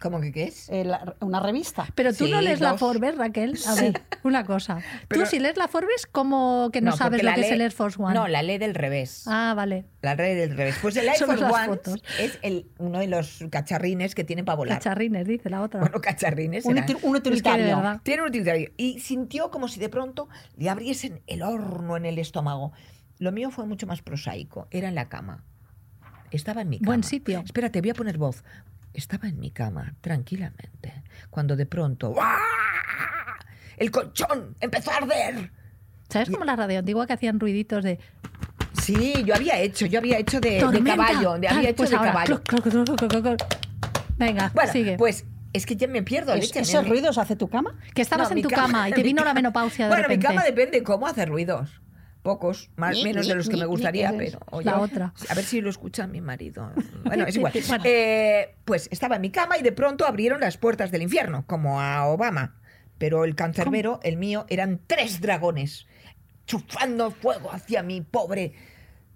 Speaker 1: ¿Cómo que qué es?
Speaker 3: eh, la- una revista.
Speaker 2: Pero tú no
Speaker 1: Sí,
Speaker 2: lees la
Speaker 1: dos.
Speaker 2: Forbes, Raquel. A
Speaker 1: Sí.
Speaker 2: ver, una cosa.
Speaker 1: Pero-
Speaker 2: tú si lees la Forbes, como que no, sabes
Speaker 1: porque
Speaker 2: lo
Speaker 1: la
Speaker 2: que es
Speaker 1: ley-
Speaker 2: el Air Force One.
Speaker 1: No, la ley del revés.
Speaker 2: Ah, vale.
Speaker 1: La ley del revés. Pues
Speaker 2: (laughs)
Speaker 1: el Air
Speaker 2: Solo
Speaker 1: Force
Speaker 2: las
Speaker 1: One
Speaker 2: fotos.
Speaker 1: es el, uno de los cacharrines que tienen para volar.
Speaker 2: Cacharrines, dice la otra.
Speaker 1: Bueno, cacharrines.
Speaker 3: Un,
Speaker 1: serán.
Speaker 3: util- un
Speaker 2: de
Speaker 3: utilitario.
Speaker 2: verdad.
Speaker 1: Tiene un utilitario. Y sintió como si de pronto le abriesen el horno en el estómago. Lo mío fue mucho más prosaico. Era en la cama. Estaba en mi cama.
Speaker 2: Buen sitio.
Speaker 1: Espérate, voy a poner voz. Estaba en mi cama, tranquilamente, cuando de pronto. ¡guau! ¡El colchón empezó a arder!
Speaker 2: ¿Sabes cómo la radio antigua que hacían ruiditos de
Speaker 1: Sí, yo había hecho, yo había hecho Eh, de, de
Speaker 2: tormenta?
Speaker 1: caballo, de,
Speaker 2: tal?
Speaker 1: había hecho
Speaker 2: Pues
Speaker 1: de
Speaker 2: ahora,
Speaker 1: caballo.
Speaker 2: cloc, cloc, cloc, cloc, cloc, cloc. Venga,
Speaker 1: Bueno,
Speaker 2: sigue.
Speaker 1: pues es que ya me pierdo.
Speaker 3: ¿Es-
Speaker 1: leche,
Speaker 3: ¿Esos
Speaker 1: me-
Speaker 3: ruidos hace tu cama?
Speaker 2: que estabas
Speaker 1: No, mi
Speaker 2: en tu
Speaker 1: (laughs)
Speaker 2: cama, y te
Speaker 1: mi
Speaker 2: vino la
Speaker 1: cama-
Speaker 2: menopausia de
Speaker 1: bueno,
Speaker 2: repente.
Speaker 1: mi cama depende cómo hace ruidos. Pocos, más,
Speaker 3: Ni,
Speaker 1: menos de
Speaker 3: ni,
Speaker 1: los que
Speaker 3: ni,
Speaker 1: me
Speaker 3: ni,
Speaker 1: gustaría,
Speaker 3: ese es.
Speaker 1: pero... oye,
Speaker 2: La otra.
Speaker 1: A ver si lo escucha mi marido. Bueno,
Speaker 2: (laughs)
Speaker 1: es igual.
Speaker 2: Bueno.
Speaker 1: Eh, pues estaba en mi cama y de pronto abrieron las puertas del infierno, como a Obama. Pero el cancerbero, el mío, eran tres dragones chufando fuego hacia mi pobre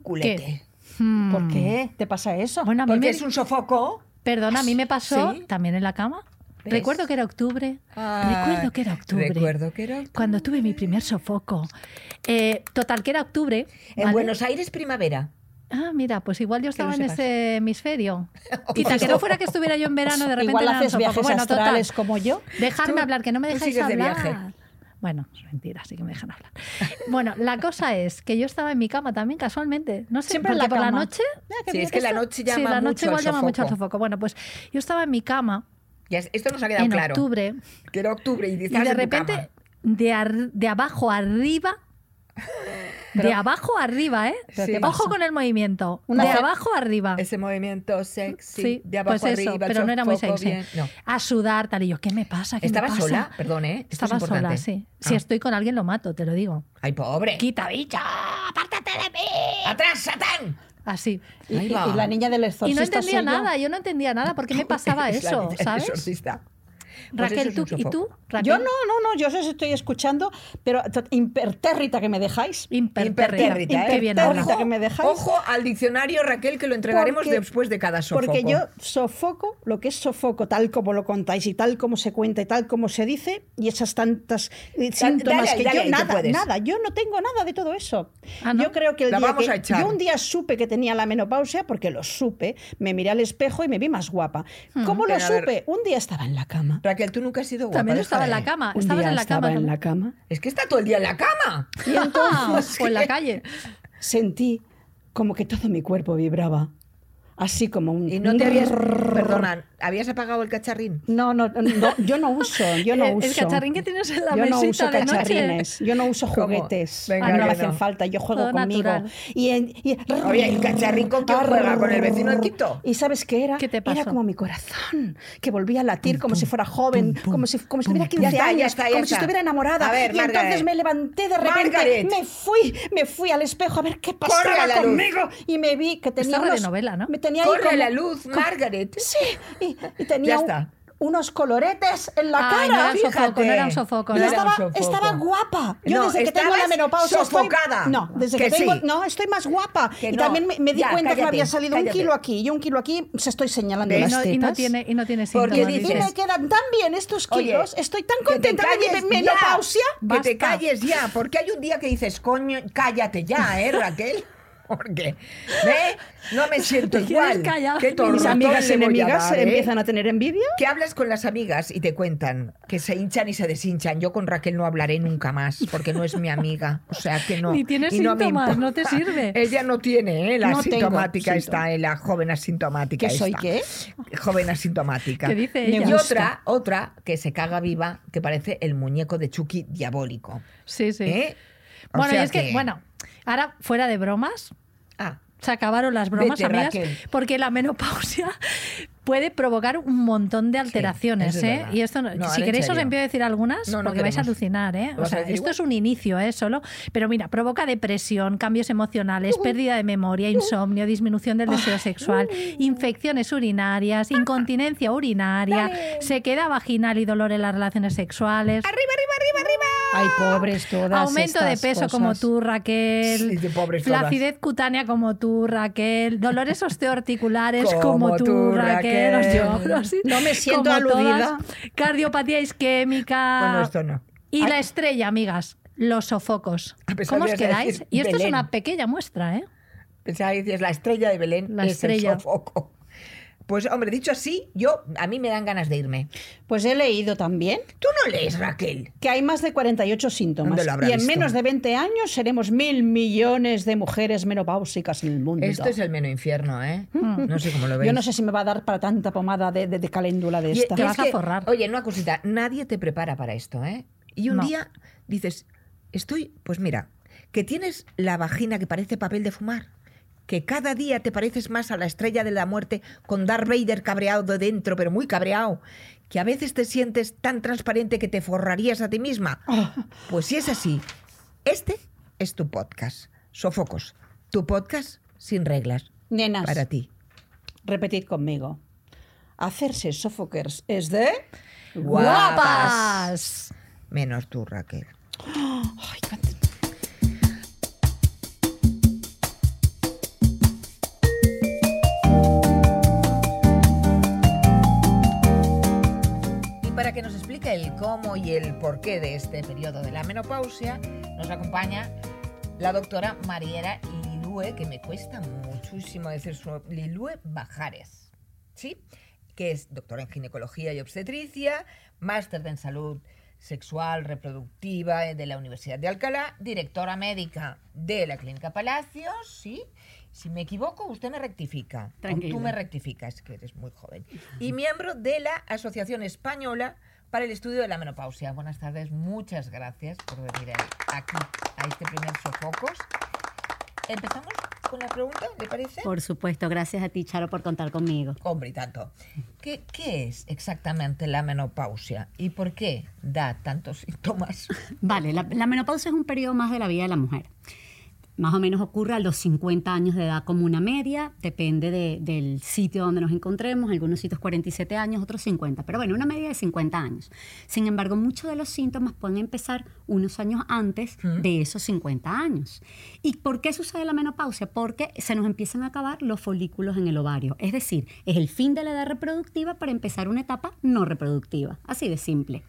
Speaker 1: culete.
Speaker 2: Hmm.
Speaker 3: ¿Por qué te pasa eso?
Speaker 2: Bueno, a mí
Speaker 1: Porque
Speaker 2: me,
Speaker 1: es un sofoco.
Speaker 2: perdona, a mí me pasó
Speaker 1: Sí.
Speaker 2: también en la cama.
Speaker 1: ¿Ves?
Speaker 2: Recuerdo que era octubre. Ah, recuerdo que era octubre.
Speaker 1: Recuerdo que era octubre.
Speaker 2: Cuando tuve mi primer sofoco. Eh, total, que era octubre.
Speaker 1: En
Speaker 2: ¿vale?
Speaker 1: Buenos Aires, primavera.
Speaker 2: Ah, mira, pues igual yo estaba
Speaker 1: lo
Speaker 2: en
Speaker 1: sepas. (laughs)
Speaker 2: ese hemisferio. Quizá que no fuera que estuviera yo en verano, de repente
Speaker 3: Pues Igual
Speaker 2: me da un
Speaker 3: haces
Speaker 2: sofoco.
Speaker 3: viajes
Speaker 2: bueno, total,
Speaker 3: astrales como yo.
Speaker 2: Dejadme
Speaker 1: Tú-
Speaker 2: hablar, que no me
Speaker 1: tú
Speaker 2: dejáis
Speaker 1: sigues de
Speaker 2: hablar.
Speaker 1: viaje.
Speaker 2: Bueno, es mentira, sí que me dejan hablar. Bueno, la cosa es que yo estaba en mi cama también, casualmente. No sé,
Speaker 3: Siempre en
Speaker 2: porque
Speaker 3: la
Speaker 2: por la
Speaker 3: cama.
Speaker 2: noche.
Speaker 3: Ah,
Speaker 1: Sí,
Speaker 3: bien
Speaker 1: es que la
Speaker 3: esto.
Speaker 1: noche
Speaker 2: sí,
Speaker 1: llama
Speaker 2: la
Speaker 1: mucho
Speaker 2: noche igual
Speaker 1: al
Speaker 2: llama mucho al
Speaker 1: sofoco.
Speaker 2: sofoco. Bueno, pues yo estaba en mi cama
Speaker 1: Ya, es- esto nos ha quedado
Speaker 2: en
Speaker 1: claro.
Speaker 2: octubre
Speaker 1: Que era octubre y
Speaker 2: y
Speaker 1: dices,
Speaker 2: de repente, de, ar- de abajo arriba. de abajo arriba, ¿eh?
Speaker 1: Pero ¿qué
Speaker 2: Ojo
Speaker 1: pasa?
Speaker 2: con el movimiento.
Speaker 3: Una
Speaker 2: de
Speaker 3: fe-
Speaker 2: abajo arriba.
Speaker 1: Ese movimiento sexy
Speaker 2: ah. Sí,
Speaker 1: de abajo
Speaker 2: pues eso,
Speaker 1: arriba.
Speaker 2: pero no era muy
Speaker 1: sofoco,
Speaker 2: sexy.
Speaker 1: bien. No.
Speaker 2: A sudar, tal. Y yo, ¿qué me pasa? ¿Qué me
Speaker 1: Estaba
Speaker 2: pasa?
Speaker 1: sola, perdón, ¿eh? Esto es
Speaker 2: Estaba sola,
Speaker 1: importante.
Speaker 2: sí.
Speaker 1: Ah.
Speaker 2: Si estoy con alguien, lo mato, te lo digo.
Speaker 1: ¡Ay, pobre!
Speaker 2: ¡Quita, bicho! ¡Apártate de mí!
Speaker 1: ¡Atrás, Satán!
Speaker 2: Así.
Speaker 3: Y,
Speaker 1: Ahí
Speaker 3: y-
Speaker 1: va.
Speaker 3: y la niña del
Speaker 2: Y no
Speaker 3: exorcista
Speaker 2: entendía
Speaker 3: soy yo.
Speaker 2: nada, yo no entendía nada. ¿Por
Speaker 1: (laughs)
Speaker 2: qué me pasaba
Speaker 1: Es la
Speaker 2: eso,
Speaker 1: niña
Speaker 2: sabes?
Speaker 1: exorcista. Pues eso
Speaker 2: Raquel,
Speaker 1: es
Speaker 2: tú,
Speaker 1: un
Speaker 2: ¿y tú?
Speaker 1: sofoco.
Speaker 2: Raquel,
Speaker 3: Yo no, no, no, yo os estoy escuchando, pero t- impertérrita que me dejáis.
Speaker 2: Impertérrita.
Speaker 1: Impertérrita,
Speaker 2: Qué
Speaker 1: ¿eh?
Speaker 2: bien
Speaker 3: Impertérrita.
Speaker 2: habla.
Speaker 3: que me dejáis.
Speaker 1: ojo al diccionario, Raquel, que lo entregaremos
Speaker 3: Porque-
Speaker 1: después de cada sofoco.
Speaker 3: Porque yo sofoco, lo que es sofoco, tal como lo contáis y tal como se cuenta y tal como se dice, y esas tantas eh, síntomas
Speaker 1: dale,
Speaker 3: que
Speaker 1: dale,
Speaker 3: yo
Speaker 1: ahí, tú
Speaker 3: nada,
Speaker 1: puedes.
Speaker 3: nada, yo no tengo nada de todo eso.
Speaker 2: Ah, ¿no?
Speaker 3: Yo creo que el
Speaker 1: La
Speaker 3: día
Speaker 1: vamos
Speaker 3: que-
Speaker 1: a echar.
Speaker 3: yo un día supe que tenía la menopausia porque lo supe, me miré al espejo y me vi más guapa.
Speaker 2: Hmm.
Speaker 3: ¿Cómo lo
Speaker 1: Pero a ver-
Speaker 3: supe? Un día estaba en la cama.
Speaker 1: Raquel, tú nunca has sido guapa.
Speaker 2: También
Speaker 1: deja
Speaker 2: estaba en
Speaker 1: de-
Speaker 2: la cama.
Speaker 3: Un
Speaker 2: Ah, Estabas
Speaker 3: día
Speaker 2: en la
Speaker 3: estaba
Speaker 2: cama.
Speaker 3: en
Speaker 2: ¿no?
Speaker 3: la cama.
Speaker 1: Es que está todo el día en la cama.
Speaker 3: (laughs) Y
Speaker 1: Ah, (laughs)
Speaker 3: entonces pues,
Speaker 2: o en pues, la calle.
Speaker 3: sentí como que todo mi cuerpo vibraba. Así como un...
Speaker 1: Y no te habías... Perdona, ¿habías apagado el cacharrín?
Speaker 3: (laughs) No, no, no, yo no uso, yo no
Speaker 2: Eh,
Speaker 3: uso.
Speaker 2: El cacharrín que tienes en la
Speaker 3: yo no
Speaker 2: mesita
Speaker 3: uso
Speaker 2: de noche.
Speaker 3: cacharrines, yo no uso
Speaker 1: ¿Cómo?
Speaker 3: juguetes.
Speaker 1: Venga,
Speaker 3: a mí no
Speaker 1: que
Speaker 3: me hacen
Speaker 1: no.
Speaker 3: falta, yo juego
Speaker 2: Todo
Speaker 3: conmigo.
Speaker 2: natural.
Speaker 3: Y en- y-
Speaker 1: Oye, ¿el cacharrín con quién juega? ¿Con el vecino del quinto?
Speaker 3: ¿Y sabes qué era?
Speaker 2: ¿Qué te pasó?
Speaker 3: Era como mi corazón, que volvía a latir como si fuera joven, como si como si tuviera 15
Speaker 1: Ya está,
Speaker 3: años,
Speaker 1: ya está, ya
Speaker 3: como si
Speaker 1: está.
Speaker 3: estuviera enamorada.
Speaker 1: A ver,
Speaker 3: y
Speaker 1: Margaret.
Speaker 3: entonces me levanté de repente,
Speaker 1: Margaret.
Speaker 3: me fui, me fui al espejo a ver qué
Speaker 1: Corre a
Speaker 3: pasaba
Speaker 1: la luz.
Speaker 3: conmigo y me vi que tenía
Speaker 2: Esta
Speaker 3: unos-
Speaker 2: radionovela, ¿no?
Speaker 3: Me tenía ahí
Speaker 1: Corre a
Speaker 3: como-
Speaker 1: la luz, Margaret.
Speaker 3: Sí, y, y tenía
Speaker 1: Ya
Speaker 3: un-
Speaker 1: está.
Speaker 3: unos coloretes en la
Speaker 2: Ay, no
Speaker 3: cara.
Speaker 2: era un sofoco, no era un
Speaker 1: fíjate.
Speaker 2: sofoco.
Speaker 3: Y
Speaker 2: no
Speaker 1: Era
Speaker 2: era-
Speaker 3: estaba,
Speaker 1: un sofoco.
Speaker 3: estaba guapa. Yo
Speaker 1: No,
Speaker 3: desde que tengo la
Speaker 1: estabas
Speaker 3: menopausia estoy-
Speaker 1: sofocada.
Speaker 3: No, desde que,
Speaker 1: Que
Speaker 3: tengo,
Speaker 1: sí.
Speaker 3: no, estoy más guapa.
Speaker 1: Que
Speaker 3: y
Speaker 1: no.
Speaker 3: también me, me di
Speaker 1: Ya,
Speaker 3: cuenta que me
Speaker 1: cállate,
Speaker 3: había salido
Speaker 1: cállate.
Speaker 3: un kilo aquí y un kilo aquí. Se estoy señalando
Speaker 1: ¿Ves?
Speaker 2: Y
Speaker 3: las
Speaker 2: no,
Speaker 3: tetas.
Speaker 2: y no tiene, y no tiene
Speaker 1: Porque
Speaker 2: síntomas.
Speaker 1: dices-
Speaker 3: Y me quedan tan bien estos
Speaker 1: Oye,
Speaker 3: kilos. estoy tan
Speaker 1: que te
Speaker 3: contenta de
Speaker 1: calles
Speaker 3: mi
Speaker 1: ya.
Speaker 3: menopausia.
Speaker 1: Que te
Speaker 3: Basta.
Speaker 1: calles ya, porque hay un día que dices, coño, cállate ya,
Speaker 3: (laughs)
Speaker 1: ¿eh, Raquel? (laughs) Porque, ¿eh? No me siento
Speaker 2: Te quedas
Speaker 1: igual.
Speaker 2: callada.
Speaker 1: Qué
Speaker 2: Mis
Speaker 1: torrotón
Speaker 3: Mis amigas
Speaker 1: le voy a
Speaker 3: enemigas
Speaker 1: dar, ¿eh?
Speaker 3: empiezan a tener envidia.
Speaker 1: Que hablas con las amigas y te cuentan que se hinchan y se deshinchan. Yo con Raquel no hablaré nunca más, porque no es mi amiga. O sea que no.
Speaker 2: (laughs) Ni tiene
Speaker 1: y no me importa.
Speaker 2: síntomas, no te sirve.
Speaker 1: (laughs) Ella no tiene, ¿eh? La
Speaker 3: No tengo
Speaker 1: sintomática está, eh,
Speaker 3: síntomas.
Speaker 1: la joven asintomática.
Speaker 3: ¿Qué soy
Speaker 1: esta.
Speaker 3: qué?
Speaker 1: Joven asintomática.
Speaker 2: (laughs) ¿Qué dice
Speaker 3: Me
Speaker 2: ella?
Speaker 1: Y
Speaker 3: gusta.
Speaker 1: otra, otra que se caga viva, que parece el muñeco de Chucky diabólico.
Speaker 2: Sí, sí.
Speaker 1: ¿Eh? O
Speaker 2: Bueno, y
Speaker 1: sea
Speaker 2: es que, bueno, ahora fuera de bromas,
Speaker 1: Ah,
Speaker 2: se acabaron las bromas,
Speaker 1: Vete,
Speaker 2: amigas,
Speaker 1: Raquel.
Speaker 2: porque la menopausia (laughs) puede provocar un montón de alteraciones.
Speaker 1: eso es
Speaker 2: ¿eh?
Speaker 1: verdad.
Speaker 2: y esto, no-
Speaker 1: No,
Speaker 2: si
Speaker 1: ahora, en
Speaker 2: queréis, os
Speaker 1: serio.
Speaker 2: empiezo a decir algunas,
Speaker 1: No, no
Speaker 2: porque vais a
Speaker 1: queremos.
Speaker 2: alucinar. ¿eh? O
Speaker 1: ¿Vas a
Speaker 2: sea,
Speaker 1: decir
Speaker 2: esto
Speaker 1: igual?
Speaker 2: es un inicio, ¿eh? solo. Pero mira, provoca depresión, cambios emocionales, pérdida de memoria, insomnio, disminución del
Speaker 1: Ah.
Speaker 2: deseo sexual, infecciones urinarias, incontinencia urinaria, sequedad vaginal y dolor en las relaciones sexuales.
Speaker 4: Ay, pobres todas.
Speaker 2: Aumento de
Speaker 4: estas
Speaker 2: peso
Speaker 4: cosas.
Speaker 2: como tú, Raquel.
Speaker 1: Sí, de pobres todas.
Speaker 2: Flacidez cutánea como tú, Raquel. Dolores osteoarticulares
Speaker 1: (laughs) Como
Speaker 2: como,
Speaker 1: tú,
Speaker 2: tú, Raquel.
Speaker 1: Raquel.
Speaker 2: Osteoporosis,
Speaker 3: No me siento
Speaker 2: como
Speaker 3: aludida.
Speaker 2: todas. Cardiopatía isquémica.
Speaker 1: Bueno, esto no.
Speaker 2: Y la estrella, amigas. Los sofocos.
Speaker 1: A pesar
Speaker 2: ¿Cómo
Speaker 1: de
Speaker 2: os
Speaker 1: que
Speaker 2: quedáis?
Speaker 1: decir
Speaker 2: Y esto
Speaker 1: Belén.
Speaker 2: es una pequeña muestra, ¿eh?
Speaker 1: Pensaba que decías, la estrella de Belén
Speaker 2: La
Speaker 1: es
Speaker 2: estrella.
Speaker 1: el sofoco. Pues hombre, dicho así, yo a mí me dan ganas de irme.
Speaker 3: Pues he leído también
Speaker 1: Tú no lees, Raquel.
Speaker 3: que hay más de 48
Speaker 1: ¿Dónde
Speaker 3: síntomas.
Speaker 1: lo habrá
Speaker 3: Y en
Speaker 1: visto?
Speaker 3: menos de 20 años seremos mil millones de mujeres menopáusicas en el mundo.
Speaker 1: Esto es el meno infierno, ¿eh? No sé cómo lo veis.
Speaker 3: Hmm. Yo no sé si me va a dar para tanta pomada de, de- de caléndula de
Speaker 1: Y-
Speaker 3: esta.
Speaker 2: Te
Speaker 1: es
Speaker 2: vas a
Speaker 1: que,
Speaker 2: forrar.
Speaker 1: Oye, una cosita, nadie te prepara para esto, ¿eh? Y un
Speaker 2: No.
Speaker 1: día dices, estoy, pues mira, que tienes la vagina que parece papel de fumar, que cada día te pareces más a la estrella de la muerte con Darth Vader cabreado de dentro, pero muy cabreado, que a veces te sientes tan transparente que te forrarías a ti misma.
Speaker 2: (laughs)
Speaker 1: Pues si es así, este es tu podcast, Sofocos, tu podcast sin reglas,
Speaker 3: Nenas,
Speaker 1: para ti.
Speaker 3: repetid conmigo. Hacerse sofokers es de...
Speaker 2: ¡Guapas!
Speaker 1: Menos tú, Raquel.
Speaker 3: Ay, cuánto-
Speaker 1: Y para que nos explique el cómo y el porqué de este periodo de la menopausia, nos acompaña la doctora Mariera Lilue, que me cuesta muchísimo decir su nombre, Lilue Bajares, ¿sí? Que es doctora en ginecología y obstetricia, máster en salud sexual reproductiva eh, de la Universidad de Alcalá, directora médica de la Clínica Palacios, ¿sí? Si me equivoco, usted me rectifica. O Tú
Speaker 4: Tranquila.
Speaker 1: me rectificas, que eres muy joven. Y miembro de la Asociación Española para el Estudio de la Menopausia. Buenas tardes, muchas gracias por venir aquí a este primer Sofocos. Empezamos con la pregunta, ¿le parece?
Speaker 4: Por supuesto, gracias a ti, Charo, por contar conmigo.
Speaker 1: Hombre, y tanto. ¿Qué, qué es exactamente la menopausia y por qué da tantos (laughs) síntomas?
Speaker 4: Vale, la, la menopausia es un periodo más de la vida de la mujer. Más o menos ocurre a los 50 años de edad como una media, depende de- del sitio donde nos encontremos, algunos sitios 47 años, otros 50, pero bueno, una media de 50 años. Sin embargo, muchos de los síntomas pueden empezar unos años antes de esos 50 años. ¿Y por qué sucede la menopausia? Porque se nos empiezan a acabar los folículos en el ovario, es decir, es el fin de la edad reproductiva para empezar una etapa no reproductiva, así de simple.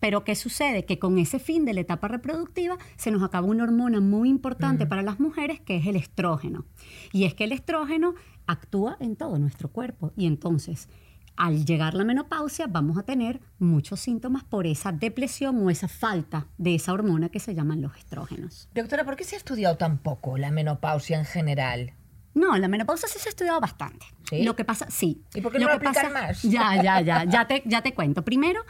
Speaker 4: Pero ¿qué sucede? Que con ese fin de la etapa reproductiva se nos acaba una hormona muy importante para las mujeres que es el estrógeno. Y es que el estrógeno actúa en todo nuestro cuerpo y entonces al llegar la menopausia vamos a tener muchos síntomas por esa depresión o esa falta de esa hormona que se llaman los estrógenos.
Speaker 1: Doctora, ¿por qué se ha estudiado tan poco la menopausia en general?
Speaker 4: No, la menopausia sí se ha estudiado bastante.
Speaker 1: ¿Sí?
Speaker 4: Lo que pasa, sí.
Speaker 1: ¿Y por qué no
Speaker 4: que
Speaker 1: lo aplican más?
Speaker 4: Ya, ya, ya, ya te, ya te cuento. Primero,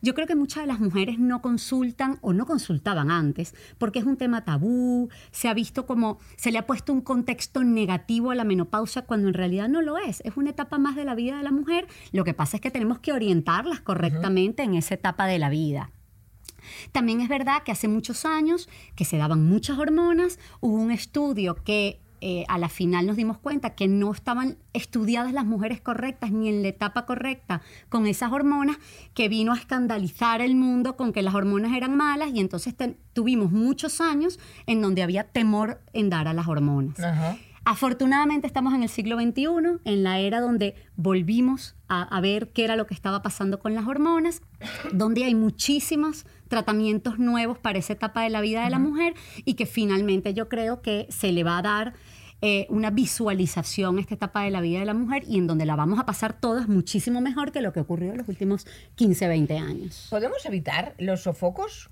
Speaker 4: yo creo que muchas de las mujeres no consultan o no consultaban antes porque es un tema tabú, se ha visto como, se le ha puesto un contexto negativo a la menopausia cuando en realidad no lo es. Es una etapa más de la vida de la mujer. Lo que pasa es que tenemos que orientarlas correctamente en esa etapa de la vida. También es verdad que hace muchos años que se daban muchas hormonas, hubo un estudio que eh, a la final nos dimos cuenta que no estaban estudiadas las mujeres correctas ni en la etapa correcta con esas hormonas, que vino a escandalizar el mundo con que las hormonas eran malas y entonces ten- tuvimos muchos años en donde había temor en dar a las hormonas.
Speaker 1: Ajá.
Speaker 4: Afortunadamente estamos en el siglo XXI, en la era donde volvimos a, a ver qué era lo que estaba pasando con las hormonas, donde hay muchísimos tratamientos nuevos para esa etapa de la vida de la mujer y que finalmente yo creo que se le va a dar eh, una visualización a esta etapa de la vida de la mujer y en donde la vamos a pasar todas muchísimo mejor que lo que ocurrió en los últimos 15, 20 años.
Speaker 1: ¿Podemos evitar los sofocos?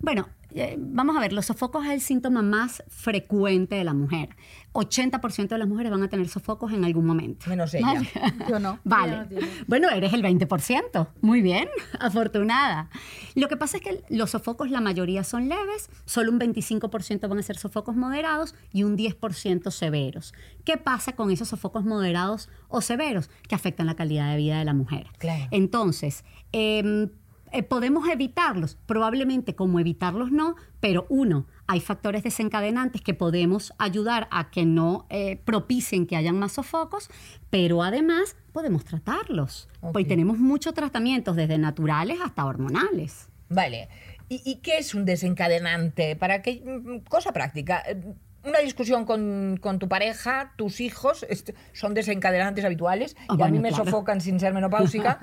Speaker 4: Bueno, eh, vamos a ver, los sofocos es el síntoma más frecuente de la mujer. 80% de las mujeres van a tener sofocos en algún momento. (laughs)
Speaker 1: Menos ella.
Speaker 4: ¿Vale?
Speaker 2: Yo no.
Speaker 4: Vale.
Speaker 2: Yo no tiene.
Speaker 4: bueno, eres el 20%. Muy bien, (laughs) afortunada. Lo que pasa es que los sofocos, la mayoría son leves, solo un 25% van a ser sofocos moderados y un 10% severos. ¿Qué pasa con esos sofocos moderados o severos que afectan la calidad de vida de la mujer?
Speaker 1: Claro.
Speaker 4: Entonces, em, eh, podemos evitarlos, probablemente como evitarlos no, pero uno, hay factores desencadenantes que podemos ayudar a que no eh, propicien que hayan más sofocos, pero además podemos tratarlos.
Speaker 1: Ok.
Speaker 4: Pues tenemos muchos tratamientos, desde naturales hasta hormonales.
Speaker 1: Vale. ¿Y, y qué es un desencadenante? Para qué mm, cosa práctica. Eh, Una discusión con, con tu pareja, tus hijos, est- son desencadenantes habituales
Speaker 4: Ah,
Speaker 1: y a mí
Speaker 4: bueno,
Speaker 1: me
Speaker 4: claro.
Speaker 1: sofocan sin ser
Speaker 4: (laughs)
Speaker 1: menopáusica,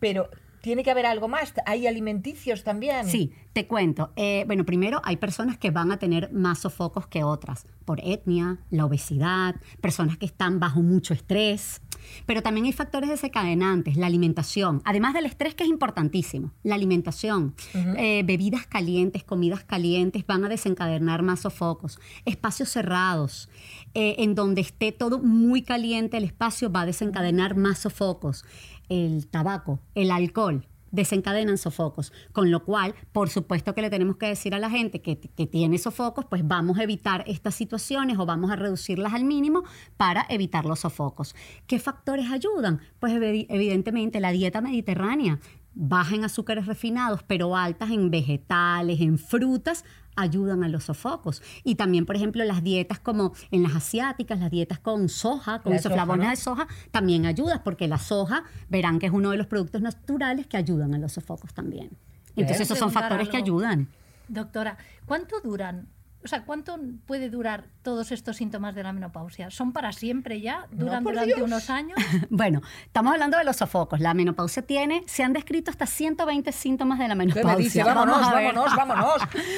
Speaker 1: pero tiene que haber algo más. Hay alimenticios también.
Speaker 4: Sí, te cuento. Eh, bueno, primero hay personas que van a tener más sofocos que otras, por etnia, la obesidad, personas que están bajo mucho estrés, pero también hay factores desencadenantes, la alimentación, además del estrés que es importantísimo, la alimentación, Eh, bebidas calientes, comidas calientes van a desencadenar más sofocos, espacios cerrados, eh, en donde esté todo muy caliente el espacio va a desencadenar más sofocos, el tabaco, el alcohol desencadenan sofocos, con lo cual, por supuesto que le tenemos que decir a la gente que, que tiene sofocos, pues vamos a evitar estas situaciones o vamos a reducirlas al mínimo para evitar los sofocos. ¿Qué factores ayudan? Pues evi- evidentemente la dieta mediterránea, baja en azúcares refinados, pero altas en vegetales, en frutas, ayudan a los sofocos. Y también, por ejemplo, las dietas como en las asiáticas, las dietas con soja, con
Speaker 1: La soja,
Speaker 4: soflavonas
Speaker 1: ¿no?
Speaker 4: de soja, también ayudas, porque la soja, verán que es uno de los productos naturales que ayudan a los sofocos también. Entonces,
Speaker 1: Bien.
Speaker 4: esos son
Speaker 2: Preguntar
Speaker 4: factores que
Speaker 2: algo.
Speaker 4: ayudan. (laughs)
Speaker 2: Doctora, ¿cuánto duran? O sea, ¿cuánto puede durar todos estos síntomas de la menopausia? ¿Son para siempre ya? ¿Duran
Speaker 1: por
Speaker 2: durante
Speaker 1: Dios.
Speaker 2: unos años?
Speaker 4: Bueno, estamos hablando de los sofocos. La menopausia tiene, se han descrito hasta 120 síntomas de la
Speaker 1: ¿Qué
Speaker 4: menopausia.
Speaker 1: me dice?
Speaker 4: Vamos
Speaker 1: Vámonos,
Speaker 4: a ver.
Speaker 1: vámonos, vámonos.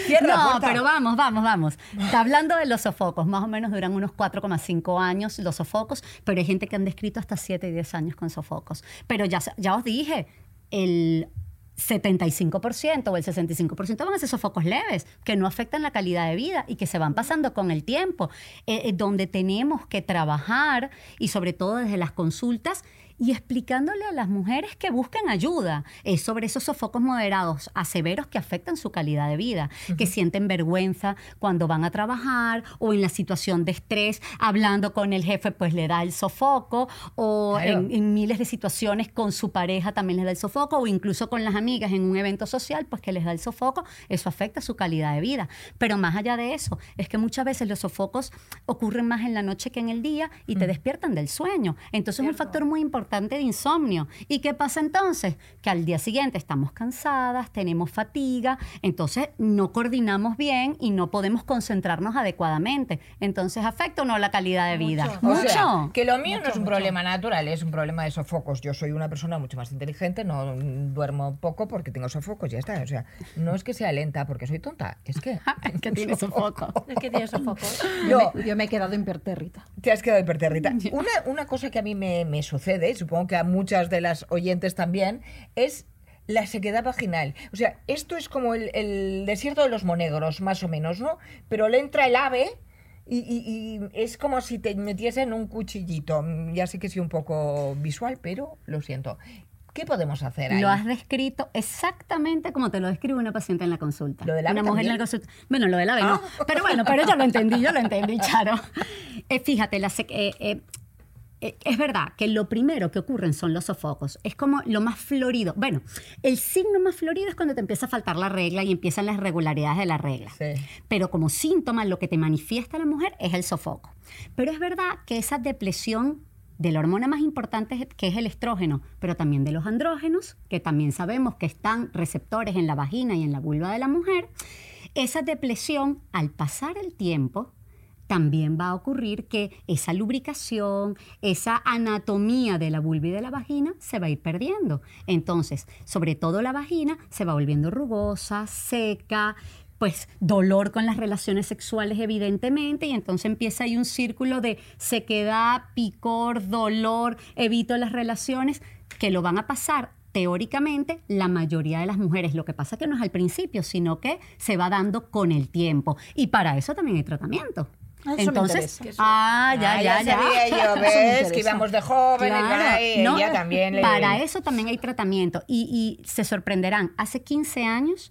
Speaker 1: Cierra la
Speaker 4: no,
Speaker 1: puerta.
Speaker 4: pero vamos, vamos, vamos. Está hablando de los sofocos. Más o menos duran unos 4,5 años los sofocos, pero hay gente que han descrito hasta 7 y 10 años con sofocos. Pero ya, ya os dije, el 75% o el 65% van a ser sofocos leves, que no afectan la calidad de vida y que se van pasando con el tiempo, eh, eh, donde tenemos que trabajar y sobre todo desde las consultas y explicándole a las mujeres que busquen ayuda es sobre esos sofocos moderados a severos que afectan su calidad de vida, que sienten vergüenza cuando van a trabajar o en la situación de estrés, hablando con el jefe pues le da el sofoco o
Speaker 1: Claro.
Speaker 4: en, en miles de situaciones con su pareja también les da el sofoco o incluso con las amigas en un evento social pues que les da el sofoco, eso afecta su calidad de vida. Pero más allá de eso, es que muchas veces los sofocos ocurren más en la noche que en el día y te despiertan del sueño. Entonces es un factor muy importante de insomnio. ¿Y qué pasa entonces? Que al día siguiente estamos cansadas, tenemos fatiga, entonces no coordinamos bien y no podemos concentrarnos adecuadamente. Entonces afecta o no la calidad de vida.
Speaker 2: Mucho.
Speaker 1: O
Speaker 4: Mucho.
Speaker 1: sea, que lo mío no es un problema natural, es un problema de sofocos. Yo soy una persona mucho más inteligente, no mm, duermo poco porque tengo sofocos, ya está. O sea, no es que sea lenta porque soy tonta, es (laughs) que...
Speaker 4: Es (laughs)
Speaker 1: (laughs)
Speaker 4: que tiene sofoco.
Speaker 2: Es que tiene sofocos.
Speaker 1: No,
Speaker 5: Yo me he quedado impertérrita.
Speaker 1: te has quedado
Speaker 4: (laughs)
Speaker 1: hiperterrita. Una, una cosa que a mí me, me sucede, y supongo que a muchas de las oyentes también, es la sequedad vaginal. O sea, esto es como el, el desierto de los monegros, más o menos, ¿no? Pero le entra el ave... Y, y- y es como si te metiesen un cuchillito. Ya sé que soy un poco visual, pero lo siento. ¿Qué podemos hacer ahí?
Speaker 4: Lo has descrito exactamente como te lo describe una paciente en la consulta.
Speaker 1: ¿Lo del ave
Speaker 4: una mujer en
Speaker 1: también?
Speaker 4: la consulta. Bueno, lo del ave no.
Speaker 1: Ah.
Speaker 4: Pero bueno, pero yo lo entendí, yo lo
Speaker 1: (laughs)
Speaker 4: entendí, Charo. Eh, fíjate, la sec- eh, eh, eh, es verdad que lo primero que ocurren son los sofocos. Es como lo más florido. Bueno, el signo más florido es cuando te empieza a faltar la regla y empiezan las irregularidades de la regla.
Speaker 1: Sí.
Speaker 4: Pero como síntoma, lo que te manifiesta la mujer es el sofoco. Pero es verdad que esa depresión de la hormona más importante que es el estrógeno, pero también de los andrógenos, que también sabemos que están receptores en la vagina y en la vulva de la mujer, esa depresión al pasar el tiempo también va a ocurrir que esa lubricación, esa anatomía de la vulva y de la vagina se va a ir perdiendo. Entonces, sobre todo la vagina se va volviendo rugosa, seca, pues dolor con las relaciones sexuales evidentemente y entonces empieza ahí un círculo de sequedad, picor, dolor, evito las relaciones que lo van a pasar teóricamente la mayoría de las mujeres. Lo que pasa es que no es al principio, sino que se va dando con el tiempo. Y para eso también hay tratamiento.
Speaker 3: Ah, eso me
Speaker 4: Entonces,
Speaker 3: interesa.
Speaker 4: ah, ya,
Speaker 1: Ah,
Speaker 4: ya,
Speaker 1: ya
Speaker 4: (laughs)
Speaker 1: sabía yo, ¿ves? Que
Speaker 3: interesa.
Speaker 1: íbamos de jóvenes,
Speaker 4: Claro,
Speaker 1: ay,
Speaker 4: no,
Speaker 1: ella también le...
Speaker 4: Para eso también hay tratamiento. Y, y se sorprenderán, hace 15 años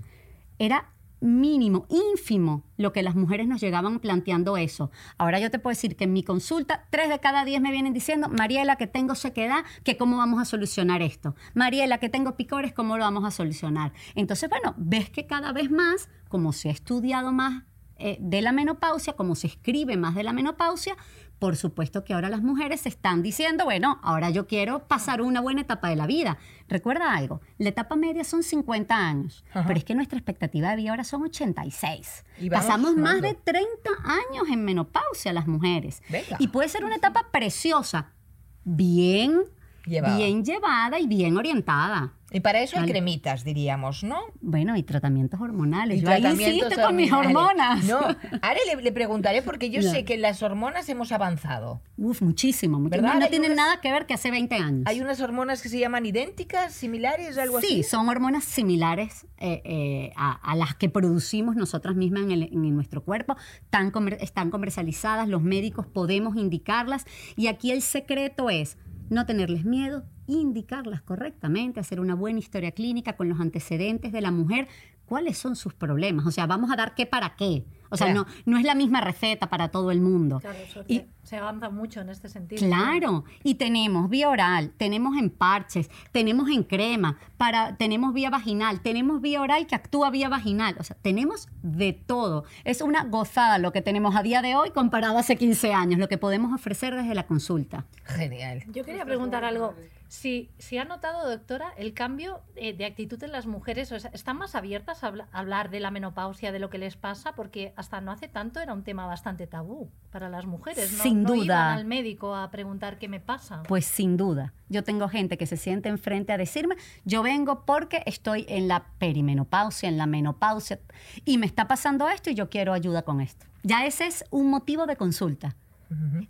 Speaker 4: era mínimo, ínfimo, lo que las mujeres nos llegaban planteando eso. Ahora yo te puedo decir que en mi consulta, tres de cada diez me vienen diciendo, Mariela, que tengo sequedad, que cómo vamos a solucionar esto. Mariela, que tengo picores, cómo lo vamos a solucionar. Entonces, bueno, ves que cada vez más, como se ha estudiado más eh, de la menopausia, como se escribe más de la menopausia, por supuesto que ahora las mujeres se están diciendo, bueno, ahora yo quiero pasar una buena etapa de la vida. Recuerda algo, la etapa media son 50 años,
Speaker 1: Ajá.
Speaker 4: pero es que nuestra expectativa de vida ahora son 86.
Speaker 1: Y vamos
Speaker 4: Pasamos más
Speaker 1: sumando.
Speaker 4: de 30 años en menopausia las mujeres.
Speaker 1: Venga.
Speaker 4: Y puede ser una etapa preciosa, bien
Speaker 1: Llevada.
Speaker 4: bien llevada y bien orientada.
Speaker 1: Y para eso hay
Speaker 4: Vale.
Speaker 1: cremitas, diríamos, ¿no?
Speaker 4: Bueno, y tratamientos hormonales.
Speaker 1: Y
Speaker 4: Yo ahí
Speaker 1: tratamientos
Speaker 4: insisto con mis
Speaker 1: hormonales.
Speaker 4: hormonas.
Speaker 1: No, ahora le, le preguntaré porque yo
Speaker 4: Ya.
Speaker 1: sé que en las hormonas hemos avanzado.
Speaker 4: Uf, muchísimo. muchísimo.
Speaker 1: ¿Verdad?
Speaker 4: No
Speaker 1: Hay
Speaker 4: tienen
Speaker 1: unas-
Speaker 4: nada que ver que hace 20 años.
Speaker 1: Hay unas hormonas que se llaman idénticas, similares, algo
Speaker 4: sí,
Speaker 1: así.
Speaker 4: son hormonas similares eh, eh, a, a las que producimos nosotras mismas en, el- en nuestro cuerpo. Están, comer- están comercializadas, los médicos podemos indicarlas. Y aquí el secreto es no tenerles miedo, indicarlas correctamente, hacer una buena historia clínica con los antecedentes de la mujer, cuáles son sus problemas. O sea, vamos a dar qué para qué. O sea,
Speaker 1: Ya.
Speaker 4: no, no es la misma receta para todo el mundo.
Speaker 2: Claro, eso
Speaker 4: Y-
Speaker 2: se avanza mucho en este sentido.
Speaker 4: Claro, y tenemos vía oral, tenemos en parches, tenemos en crema, para, tenemos vía vaginal, tenemos vía oral que actúa vía vaginal, o sea, tenemos de todo. Es una gozada lo que tenemos a día de hoy comparado a hace 15 años, lo que podemos ofrecer desde la consulta.
Speaker 1: Genial.
Speaker 5: Yo quería preguntar algo. Si, si ha notado, doctora, el cambio eh, de actitud en las mujeres, o sea, ¿están más abiertas a habla- hablar de la menopausia, de lo que les pasa? Porque hasta no hace tanto era un tema bastante tabú para las mujeres. No,
Speaker 4: Sin
Speaker 5: No iban
Speaker 4: duda.
Speaker 5: al médico a preguntar qué me pasa.
Speaker 4: Pues sin duda, yo tengo gente que se siente enfrente a decirme, yo vengo porque estoy en la perimenopausia, en la menopausia, y me está pasando esto y yo quiero ayuda con esto. Ya ese es un motivo de consulta.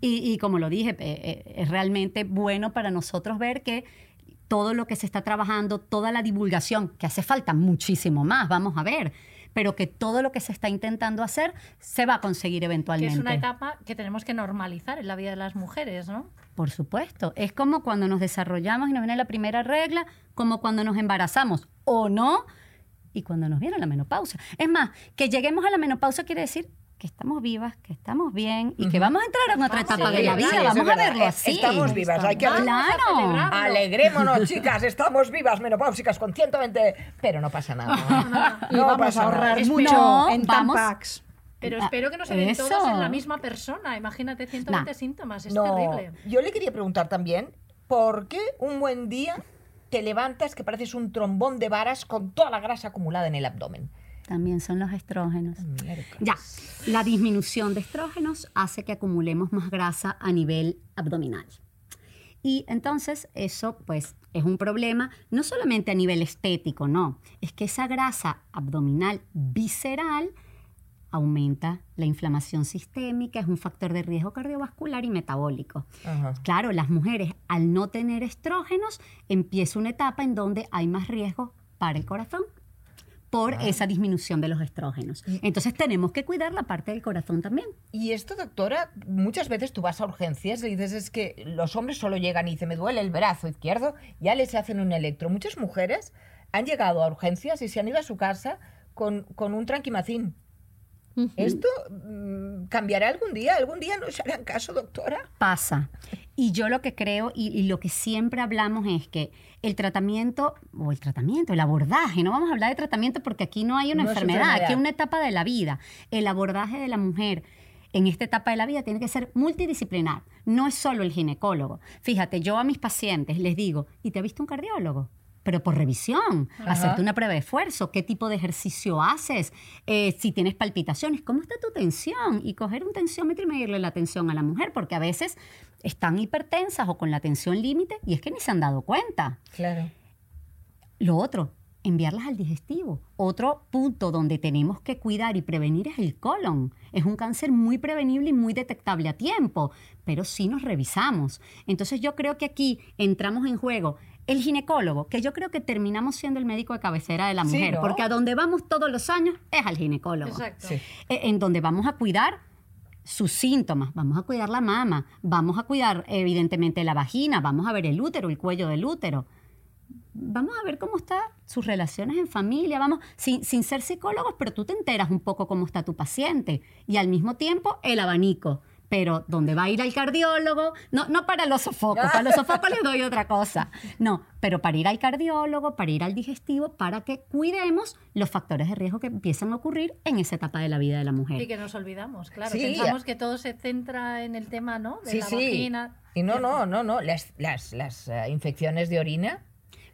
Speaker 4: Y, y como lo dije, eh, eh, es realmente bueno para nosotros ver que todo lo que se está trabajando, toda la divulgación, que hace falta muchísimo más, vamos a ver, pero que todo lo que se está intentando hacer se va a conseguir
Speaker 5: que
Speaker 4: eventualmente.
Speaker 5: es una etapa que tenemos que normalizar en la vida de las mujeres, ¿no?
Speaker 4: Por supuesto, es como cuando nos desarrollamos y nos viene la primera regla, como cuando nos embarazamos o no, y cuando nos viene la menopausia. Es más, que lleguemos a la menopausia quiere decir que estamos vivas, que estamos bien y que vamos a entrar en otra etapa
Speaker 1: Sí,
Speaker 4: de la
Speaker 1: sí,
Speaker 4: vida.
Speaker 1: eso es
Speaker 4: vamos a
Speaker 1: verdad.
Speaker 4: verlo así.
Speaker 1: Estamos vivas, hay que
Speaker 4: Claro.
Speaker 5: celebrar.
Speaker 1: Alegrémonos, chicas, estamos vivas, menopáusicas con 120, pero no pasa nada.
Speaker 3: Y vamos a
Speaker 1: pasa nada.
Speaker 3: ahorrar
Speaker 4: Espero-
Speaker 3: mucho
Speaker 4: No,
Speaker 3: en
Speaker 4: vamos-
Speaker 3: Tampax.
Speaker 5: Pero
Speaker 4: Ah,
Speaker 5: espero que no se den
Speaker 4: eso.
Speaker 5: todos en la misma persona. Imagínate 120
Speaker 4: Nah.
Speaker 5: síntomas, es
Speaker 1: No,
Speaker 5: terrible.
Speaker 1: yo le quería preguntar también, ¿por qué un buen día te levantas que pareces un trombón de varas con toda la grasa acumulada en el abdomen?
Speaker 4: También son los estrógenos.
Speaker 1: Miércoles.
Speaker 4: Ya, la disminución de estrógenos hace que acumulemos más grasa a nivel abdominal. Y entonces eso pues es un problema no solamente a nivel estético, no, es que esa grasa abdominal visceral aumenta la inflamación sistémica, es un factor de riesgo cardiovascular y metabólico.
Speaker 1: Ajá.
Speaker 4: Claro, las mujeres al no tener estrógenos empieza una etapa en donde hay más riesgo para el corazón por esa disminución de los estrógenos. Entonces tenemos que cuidar la parte del corazón también.
Speaker 1: Y esto, doctora, muchas veces tú vas a urgencias y dices es que los hombres solo llegan y dicen me duele el brazo izquierdo, ya les hacen un electro. Muchas mujeres han llegado a urgencias y se han ido a su casa con, con un tranquimacín. ¿Esto mm, cambiará algún día? ¿Algún día nos harán caso, doctora?
Speaker 4: Pasa. Y yo lo que creo y, y lo que siempre hablamos es que el tratamiento, o el tratamiento, el abordaje, no vamos a hablar de tratamiento porque aquí no hay una
Speaker 1: No es
Speaker 4: enfermedad,
Speaker 1: enfermedad.
Speaker 4: aquí hay una etapa de la vida. El abordaje de la mujer en esta etapa de la vida tiene que ser multidisciplinar, no es solo el ginecólogo. Fíjate, yo a mis pacientes les digo, ¿y te ha visto un cardiólogo? Pero por revisión, hacerte una prueba de esfuerzo, qué tipo de ejercicio haces, Eh, si tienes palpitaciones, cómo está tu tensión y coger un tensiómetro y medirle la tensión a la mujer, porque a veces están hipertensas o con la tensión límite y es que ni se han dado cuenta.
Speaker 1: Claro.
Speaker 4: Lo otro, enviarlas al digestivo. Otro punto donde tenemos que cuidar y prevenir es el colon. Es un cáncer muy prevenible y muy detectable a tiempo, pero sí nos revisamos. Entonces yo creo que aquí entramos en juego el ginecólogo, que yo creo que terminamos siendo el médico de cabecera de la
Speaker 6: Sí,
Speaker 4: mujer,
Speaker 6: ¿no?
Speaker 4: porque a donde vamos todos los años es al ginecólogo.
Speaker 5: Exacto.
Speaker 6: Sí.
Speaker 4: Eh, En donde vamos a cuidar sus síntomas, vamos a cuidar la mama, vamos a cuidar evidentemente la vagina, vamos a ver el útero, el cuello del útero. Vamos a ver cómo están sus relaciones en familia, vamos, sin, sin ser psicólogos, pero tú te enteras un poco cómo está tu paciente y al mismo tiempo el abanico. Pero donde va a ir al cardiólogo, no, no para los sofocos, para los sofocos les doy otra cosa. No, pero para ir al cardiólogo, para ir al digestivo, para que cuidemos los factores de riesgo que empiezan a ocurrir en esa etapa de la vida de la mujer.
Speaker 5: Y que nos olvidamos, claro.
Speaker 6: Sí.
Speaker 5: Pensamos que todo se centra en el tema, ¿no? De
Speaker 6: Sí,
Speaker 5: la
Speaker 6: sí.
Speaker 5: vagina.
Speaker 6: Y no, no, no, no. Las, las, las eh, infecciones de orina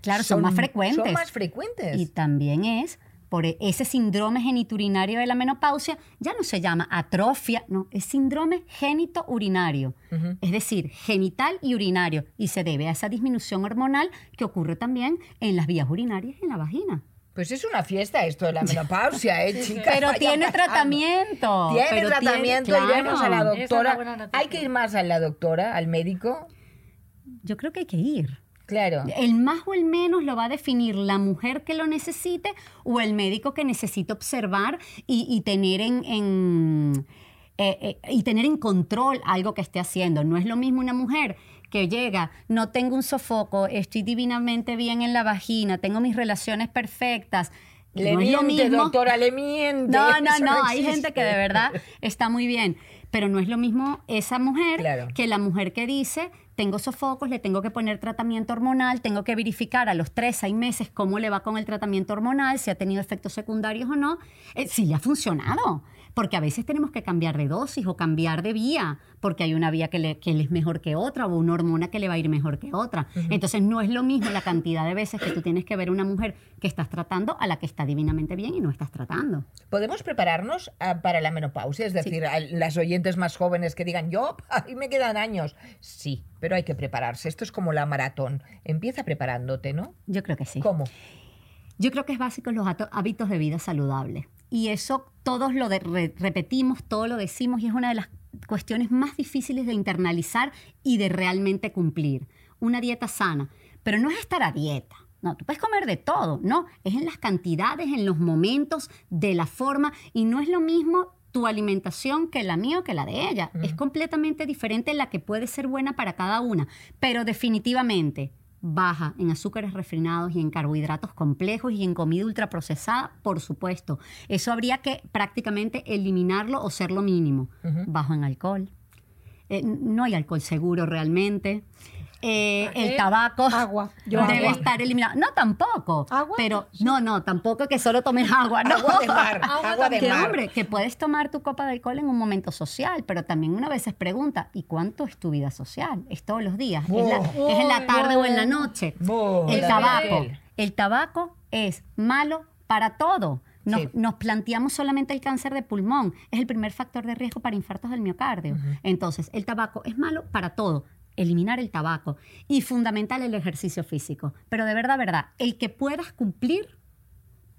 Speaker 4: Claro, son, más frecuentes.
Speaker 6: Son más frecuentes.
Speaker 4: Y también es por e- ese síndrome geniturinario de la menopausia, ya no se llama atrofia, no, es síndrome génito urinario,
Speaker 6: Ujú.
Speaker 4: es decir, genital y urinario, y se debe a esa disminución hormonal que ocurre también en las vías urinarias y en
Speaker 6: (laughs)
Speaker 4: la vagina.
Speaker 6: Pues es una fiesta esto
Speaker 4: (laughs)
Speaker 6: de la menopausia, ¿eh, chicas?
Speaker 4: Pero
Speaker 6: Vaya
Speaker 4: tiene
Speaker 6: pasando.
Speaker 4: tratamiento.
Speaker 6: Tiene
Speaker 4: pero
Speaker 6: tratamiento,
Speaker 4: claro.
Speaker 6: iremos a la
Speaker 5: Esa es la buena
Speaker 6: doctora.
Speaker 5: noticia.
Speaker 6: Hay que ir más a la doctora, al médico.
Speaker 4: Yo creo que hay que ir.
Speaker 6: Claro.
Speaker 4: El más o el menos lo va a definir la mujer que lo necesite o el médico que necesite observar y, y tener en... en- eh, eh, y tener en control algo que esté haciendo. No es lo mismo una mujer que llega, no tengo un sofoco, estoy divinamente bien en la vagina, tengo mis relaciones perfectas.
Speaker 6: Le
Speaker 4: no es lo
Speaker 6: miente,
Speaker 4: mismo.
Speaker 6: doctora, le miente. (laughs)
Speaker 4: No, no,
Speaker 6: Eso
Speaker 4: no, hay
Speaker 6: existe.
Speaker 4: gente que de verdad está muy bien, pero no es lo mismo esa mujer
Speaker 6: Claro.
Speaker 4: que la mujer que dice, tengo sofocos, le tengo que poner tratamiento hormonal, tengo que verificar a los tres, seis meses cómo le va con el tratamiento hormonal, si ha tenido efectos secundarios o no, eh, si le ha funcionado. Porque a veces tenemos que cambiar de dosis o cambiar de vía, porque hay una vía que le, que le es mejor que otra o una hormona que le va a ir mejor que otra. Entonces no es lo mismo la cantidad de veces que tú tienes que ver una mujer que estás tratando a la que está divinamente bien y no estás tratando.
Speaker 6: ¿Podemos prepararnos ah, para la menopausia? Es decir, a las oyentes más jóvenes que digan, yo, (laughs) ahí me quedan años. Sí, pero hay que prepararse. Esto es como la maratón. Empieza preparándote, ¿no?
Speaker 4: Yo creo que sí.
Speaker 6: ¿Cómo?
Speaker 4: Yo creo que es básico los hato- hábitos de vida saludables. Y eso todos lo de- re- repetimos, todo lo decimos y es una de las cuestiones más difíciles de internalizar y de realmente cumplir. Una dieta sana. Pero no es estar a dieta. No, tú puedes comer de todo, ¿no? Es en las cantidades, en los momentos, de la forma. Y no es lo mismo tu alimentación que la mía o que la de ella. Es completamente diferente la que puede ser buena para cada una. Pero definitivamente, baja en azúcares refinados y en carbohidratos complejos y en comida ultraprocesada, por supuesto. Eso habría que prácticamente eliminarlo o ser lo mínimo. Bajo en alcohol. Eh, n- no hay alcohol seguro realmente. Eh, el tabaco
Speaker 3: Agua.
Speaker 4: (laughs)
Speaker 3: Yo
Speaker 4: debe
Speaker 3: agua.
Speaker 4: estar eliminado. No, tampoco.
Speaker 3: Agua,
Speaker 4: Pero no, no, tampoco que solo tomes agua. No. (laughs)
Speaker 6: Agua de mar,
Speaker 5: Agua
Speaker 6: agua de
Speaker 4: Que
Speaker 6: mar.
Speaker 4: hombre, que puedes tomar tu copa de alcohol en un momento social, pero también una vez se pregunta, ¿y cuánto es tu vida social? ¿Es todos los días? ¿Es, la-
Speaker 6: Buah.
Speaker 4: es en la tarde o en la noche?
Speaker 6: Buah,
Speaker 4: el
Speaker 6: la
Speaker 4: tabaco.
Speaker 6: piel.
Speaker 4: El tabaco es malo para todo. Nos,
Speaker 6: Sí.
Speaker 4: nos planteamos solamente el cáncer de pulmón. Es el primer factor de riesgo para infartos del miocardio. Entonces, el tabaco es malo para todo. Eliminar el tabaco. Y fundamental el ejercicio físico. Pero de verdad, verdad, el que puedas cumplir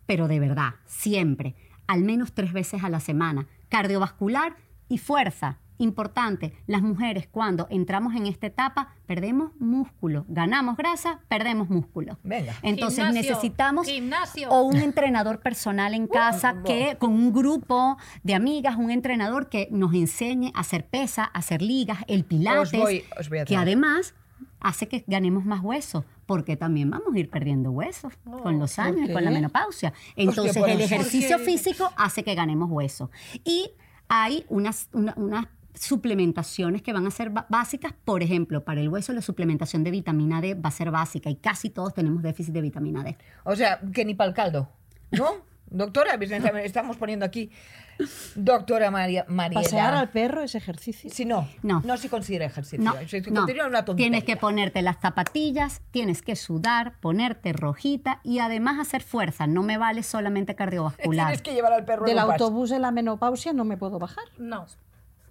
Speaker 4: pero de verdad, siempre, al menos tres veces a la semana. Cardiovascular y fuerza. Importante, las mujeres cuando entramos en esta etapa perdemos músculo, ganamos grasa, perdemos músculo.
Speaker 6: Venga.
Speaker 4: Entonces
Speaker 5: Gimnasio,
Speaker 4: necesitamos
Speaker 5: gimnasio.
Speaker 4: o un entrenador personal en casa que con un grupo de amigas, un entrenador que nos enseñe a hacer pesa, a hacer ligas, el pilates,
Speaker 6: voy- os voy a
Speaker 4: que
Speaker 6: traer.
Speaker 4: además hace que ganemos más huesos, porque también vamos a ir perdiendo huesos con los años, y con la
Speaker 6: Oh, qué?
Speaker 4: menopausia. Entonces
Speaker 6: por
Speaker 4: el
Speaker 6: eso.
Speaker 4: ejercicio
Speaker 5: Porque-
Speaker 4: físico hace que ganemos hueso. Y hay unas, una- unas suplementaciones que van a ser ba- básicas. Por ejemplo, para el hueso la suplementación de vitamina D va a ser básica y casi todos tenemos déficit de vitamina D.
Speaker 6: O sea, que ni pa'l caldo, ¿no? Doctora,
Speaker 1: pues,
Speaker 6: Vicenta, me estamos poniendo aquí. Doctora María,
Speaker 3: Pasear al
Speaker 6: Mariela.
Speaker 3: perro es ejercicio.
Speaker 6: Si no, no,
Speaker 4: No.
Speaker 6: se considera ejercicio.
Speaker 4: No,
Speaker 6: se
Speaker 4: no.
Speaker 6: considera una tontería.
Speaker 4: tienes que ponerte las zapatillas, tienes que sudar, ponerte rojita y además hacer fuerza. No me vale solamente cardiovascular.
Speaker 6: Tienes que llevar al perro
Speaker 3: Del
Speaker 6: en un pas-
Speaker 3: autobús de la menopausia no me puedo bajar.
Speaker 5: No.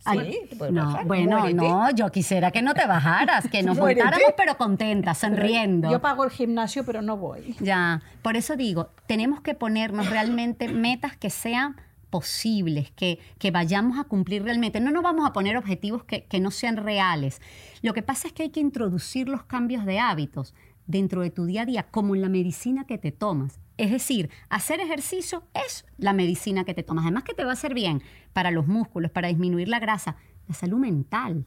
Speaker 4: Ay,
Speaker 1: te puede
Speaker 4: no,
Speaker 1: bajar,
Speaker 4: bueno,
Speaker 1: muérete.
Speaker 4: no, yo quisiera que no te bajaras, que nos
Speaker 1: Muérete.
Speaker 4: montáramos pero contenta, sonriendo.
Speaker 3: Yo pago el gimnasio, pero no voy.
Speaker 4: Ya, por eso digo, tenemos que ponernos realmente metas que sean posibles, que, que vayamos a cumplir realmente. No nos vamos a poner objetivos que, que no sean reales. Lo que pasa es que hay que introducir los cambios de hábitos dentro de tu día a día, como en la medicina que te tomas. Es decir, hacer ejercicio es la medicina que te tomas. Además que te va a hacer bien para los músculos, para disminuir la grasa, la salud mental.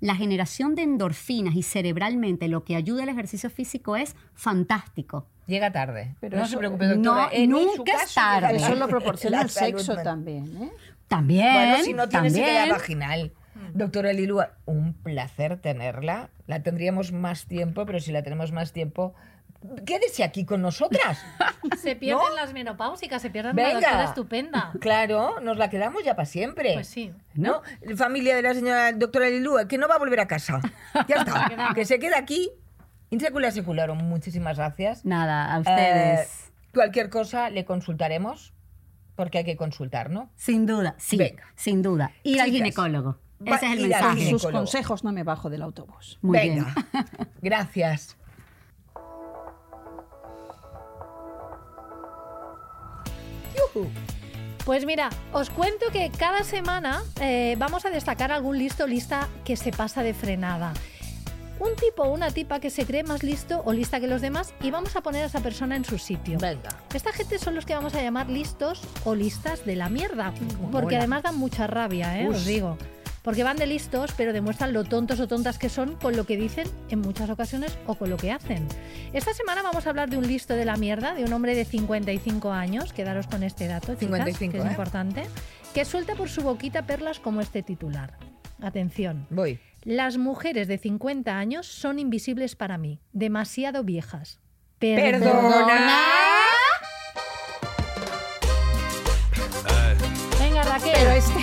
Speaker 4: La generación de endorfinas y cerebralmente lo que ayuda el ejercicio físico es fantástico.
Speaker 1: Llega tarde.
Speaker 3: Pero
Speaker 1: no
Speaker 3: eso-
Speaker 1: se preocupe, doctora.
Speaker 4: no,
Speaker 1: En su
Speaker 4: nunca es
Speaker 1: caso, llega
Speaker 4: tarde.
Speaker 3: Eso lo
Speaker 1: (laughs)
Speaker 3: proporciona
Speaker 1: La
Speaker 3: el
Speaker 1: salud
Speaker 3: sexo
Speaker 1: mental.
Speaker 3: también, ¿eh?
Speaker 4: También.
Speaker 1: Bueno, si no tienes
Speaker 4: también.
Speaker 1: idea vaginal. Doctora Lilua, un placer tenerla. La tendríamos más tiempo, pero si la tenemos más tiempo, quédese aquí con nosotras.
Speaker 2: Se pierden
Speaker 1: ¿No?
Speaker 2: las menopáusicas, se pierden
Speaker 1: Venga.
Speaker 2: una doctora estupenda.
Speaker 1: Claro, nos la quedamos ya para siempre.
Speaker 2: Pues sí.
Speaker 1: ¿No? Familia de la señora doctora Lilúa, que no va a volver a casa. Ya
Speaker 2: Se
Speaker 1: está.
Speaker 2: queda.
Speaker 1: que se queda aquí. Insecula secularon. Muchísimas gracias.
Speaker 4: Nada, a ustedes.
Speaker 1: Eh, cualquier cosa le consultaremos, porque hay que consultar, ¿no?
Speaker 4: sin duda, sí.
Speaker 1: venga.
Speaker 4: Sin duda. Ir al
Speaker 1: Chicas,
Speaker 4: ginecólogo.
Speaker 1: va-
Speaker 4: Ese es el
Speaker 1: ir al
Speaker 4: mensaje.
Speaker 3: Sus
Speaker 1: Ginecólogo.
Speaker 3: consejos no me bajo del autobús.
Speaker 4: Muy bien. (laughs)
Speaker 1: Venga. Gracias.
Speaker 2: Pues mira, os cuento que cada semana eh, vamos a destacar algún listo o lista que se pasa de frenada. Un tipo o una tipa que se cree más listo o lista que los demás y vamos a poner a esa persona en su sitio.
Speaker 1: Venga.
Speaker 2: Esta gente son los que vamos a llamar listos o listas de la mierda.
Speaker 1: Como
Speaker 2: Porque
Speaker 1: mola.
Speaker 2: además dan mucha rabia, ¿eh?
Speaker 1: Ush.
Speaker 2: os digo. Porque van de listos, pero demuestran lo tontos o tontas que son con lo que dicen en muchas ocasiones o con lo que hacen. Esta semana vamos a hablar de un listo de la mierda, de un hombre de 55 años, quedaros con este dato, chicas,
Speaker 1: 55,
Speaker 2: que es
Speaker 1: ¿eh?
Speaker 2: importante, que suelta por su boquita perlas como este titular. Atención.
Speaker 1: Voy.
Speaker 2: Las mujeres de 50 años son invisibles para mí, demasiado viejas.
Speaker 1: Perdona.
Speaker 2: Venga, Raquel.
Speaker 3: Pero este,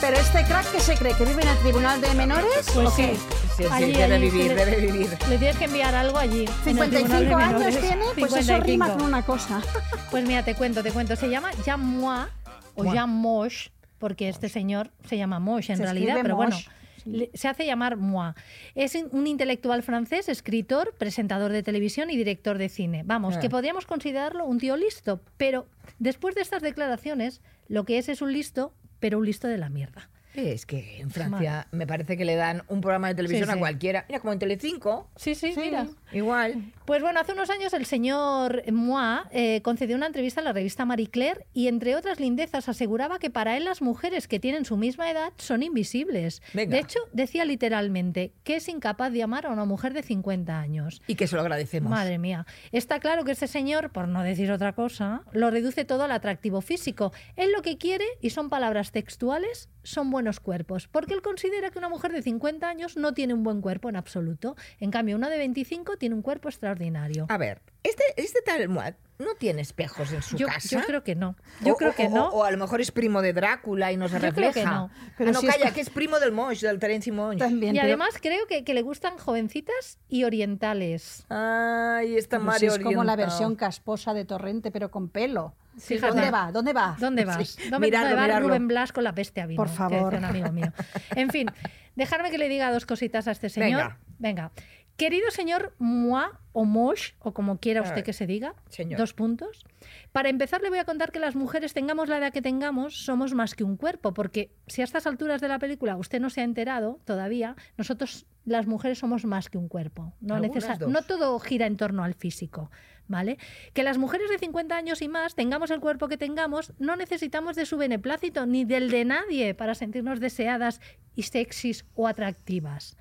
Speaker 3: pero este crack que se cree que vive en el tribunal de menores,
Speaker 2: Pues
Speaker 3: ¿o
Speaker 2: sí.
Speaker 3: qué?
Speaker 1: Sí, sí,
Speaker 2: Allí,
Speaker 1: debe
Speaker 2: allí,
Speaker 1: vivir,
Speaker 2: le-
Speaker 1: debe vivir.
Speaker 2: Le tienes que enviar algo allí. en el Tribunal de
Speaker 3: 55 años
Speaker 2: Menores.
Speaker 3: tiene, pues eso
Speaker 2: 55.
Speaker 3: rima con una cosa.
Speaker 2: Pues mira, te cuento, te cuento. Se llama Jean Moi o
Speaker 1: Moi.
Speaker 2: Jean Mosh, porque este señor se llama Mosh en
Speaker 3: Se
Speaker 2: realidad,
Speaker 3: escribe
Speaker 2: pero bueno.
Speaker 3: Mosh, sí.
Speaker 2: le- Se hace llamar Moi. Es in- un intelectual francés, escritor, presentador de televisión y director de cine. Vamos,
Speaker 1: Ah.
Speaker 2: que podríamos considerarlo un tío listo, pero después de estas declaraciones, lo que es es un listo, pero un listo de la mierda.
Speaker 1: Es que en Francia me parece que le dan un programa de televisión
Speaker 2: Sí,
Speaker 1: a
Speaker 2: sí.
Speaker 1: cualquiera. Mira, como en Telecinco.
Speaker 2: Sí, sí, mira.
Speaker 1: Igual.
Speaker 2: Pues bueno, hace unos años el señor Moi eh, concedió una entrevista a la revista Marie Claire y entre otras lindezas aseguraba que para él las mujeres que tienen su misma edad son invisibles.
Speaker 1: Venga.
Speaker 2: De hecho, decía literalmente que es incapaz de amar a una mujer de 50 años.
Speaker 1: Y que se lo agradecemos.
Speaker 2: Madre mía. Está claro que este señor, por no decir otra cosa, lo reduce todo al atractivo físico. Él lo que quiere, y son palabras textuales, son buenos cuerpos. Porque él considera que una mujer de 50 años no tiene un buen cuerpo en absoluto. En cambio, una de 25 tiene un cuerpo extraordinario.
Speaker 1: A ver, este, este tal Muad no tiene espejos en su
Speaker 2: yo,
Speaker 1: casa.
Speaker 2: yo creo que no. Yo
Speaker 1: O-
Speaker 2: creo
Speaker 1: o-
Speaker 2: que
Speaker 1: o-
Speaker 2: no.
Speaker 1: O a lo mejor es primo de Drácula y no se
Speaker 2: Yo creo
Speaker 1: refleja.
Speaker 2: que no.
Speaker 3: Pero
Speaker 1: Ah, no,
Speaker 3: si es
Speaker 1: calla,
Speaker 3: que-
Speaker 1: que es primo del Mosh, del Terence Mosh.
Speaker 3: También,
Speaker 2: y
Speaker 3: pero-
Speaker 2: además creo que, que le gustan jovencitas y orientales.
Speaker 1: Ay, esta
Speaker 2: pues
Speaker 3: pero
Speaker 1: madre
Speaker 3: si es como la
Speaker 1: oriental.
Speaker 3: versión casposa de Torrente, pero con pelo.
Speaker 2: Fíjate.
Speaker 3: ¿Dónde va? ¿Dónde va?
Speaker 2: ¿Dónde vas?
Speaker 1: Sí.
Speaker 2: ¿Dónde
Speaker 1: Miradlo,
Speaker 2: dónde va
Speaker 1: miradlo.
Speaker 2: Rubén Blas con la peste a vino?
Speaker 3: Por
Speaker 2: que
Speaker 3: favor.
Speaker 2: decía un amigo mío. En fin, dejarme que le diga dos cositas a este señor.
Speaker 1: Venga.
Speaker 2: Venga. Querido señor Moi o Mosh, o como quiera
Speaker 1: A ver,
Speaker 2: usted que se diga,
Speaker 1: señor.
Speaker 2: dos puntos. Para empezar, le voy a contar que las mujeres, tengamos la edad que tengamos, somos más que un cuerpo, porque si a estas alturas de la película usted no se ha enterado todavía, nosotros las mujeres somos más que un cuerpo. No,
Speaker 1: Algunas
Speaker 2: necesa-
Speaker 1: dos.
Speaker 2: no todo gira en torno al físico, ¿vale? Que las mujeres de 50 años y más, tengamos el cuerpo que tengamos, no necesitamos de su beneplácito ni del de nadie para sentirnos deseadas y sexys o atractivas.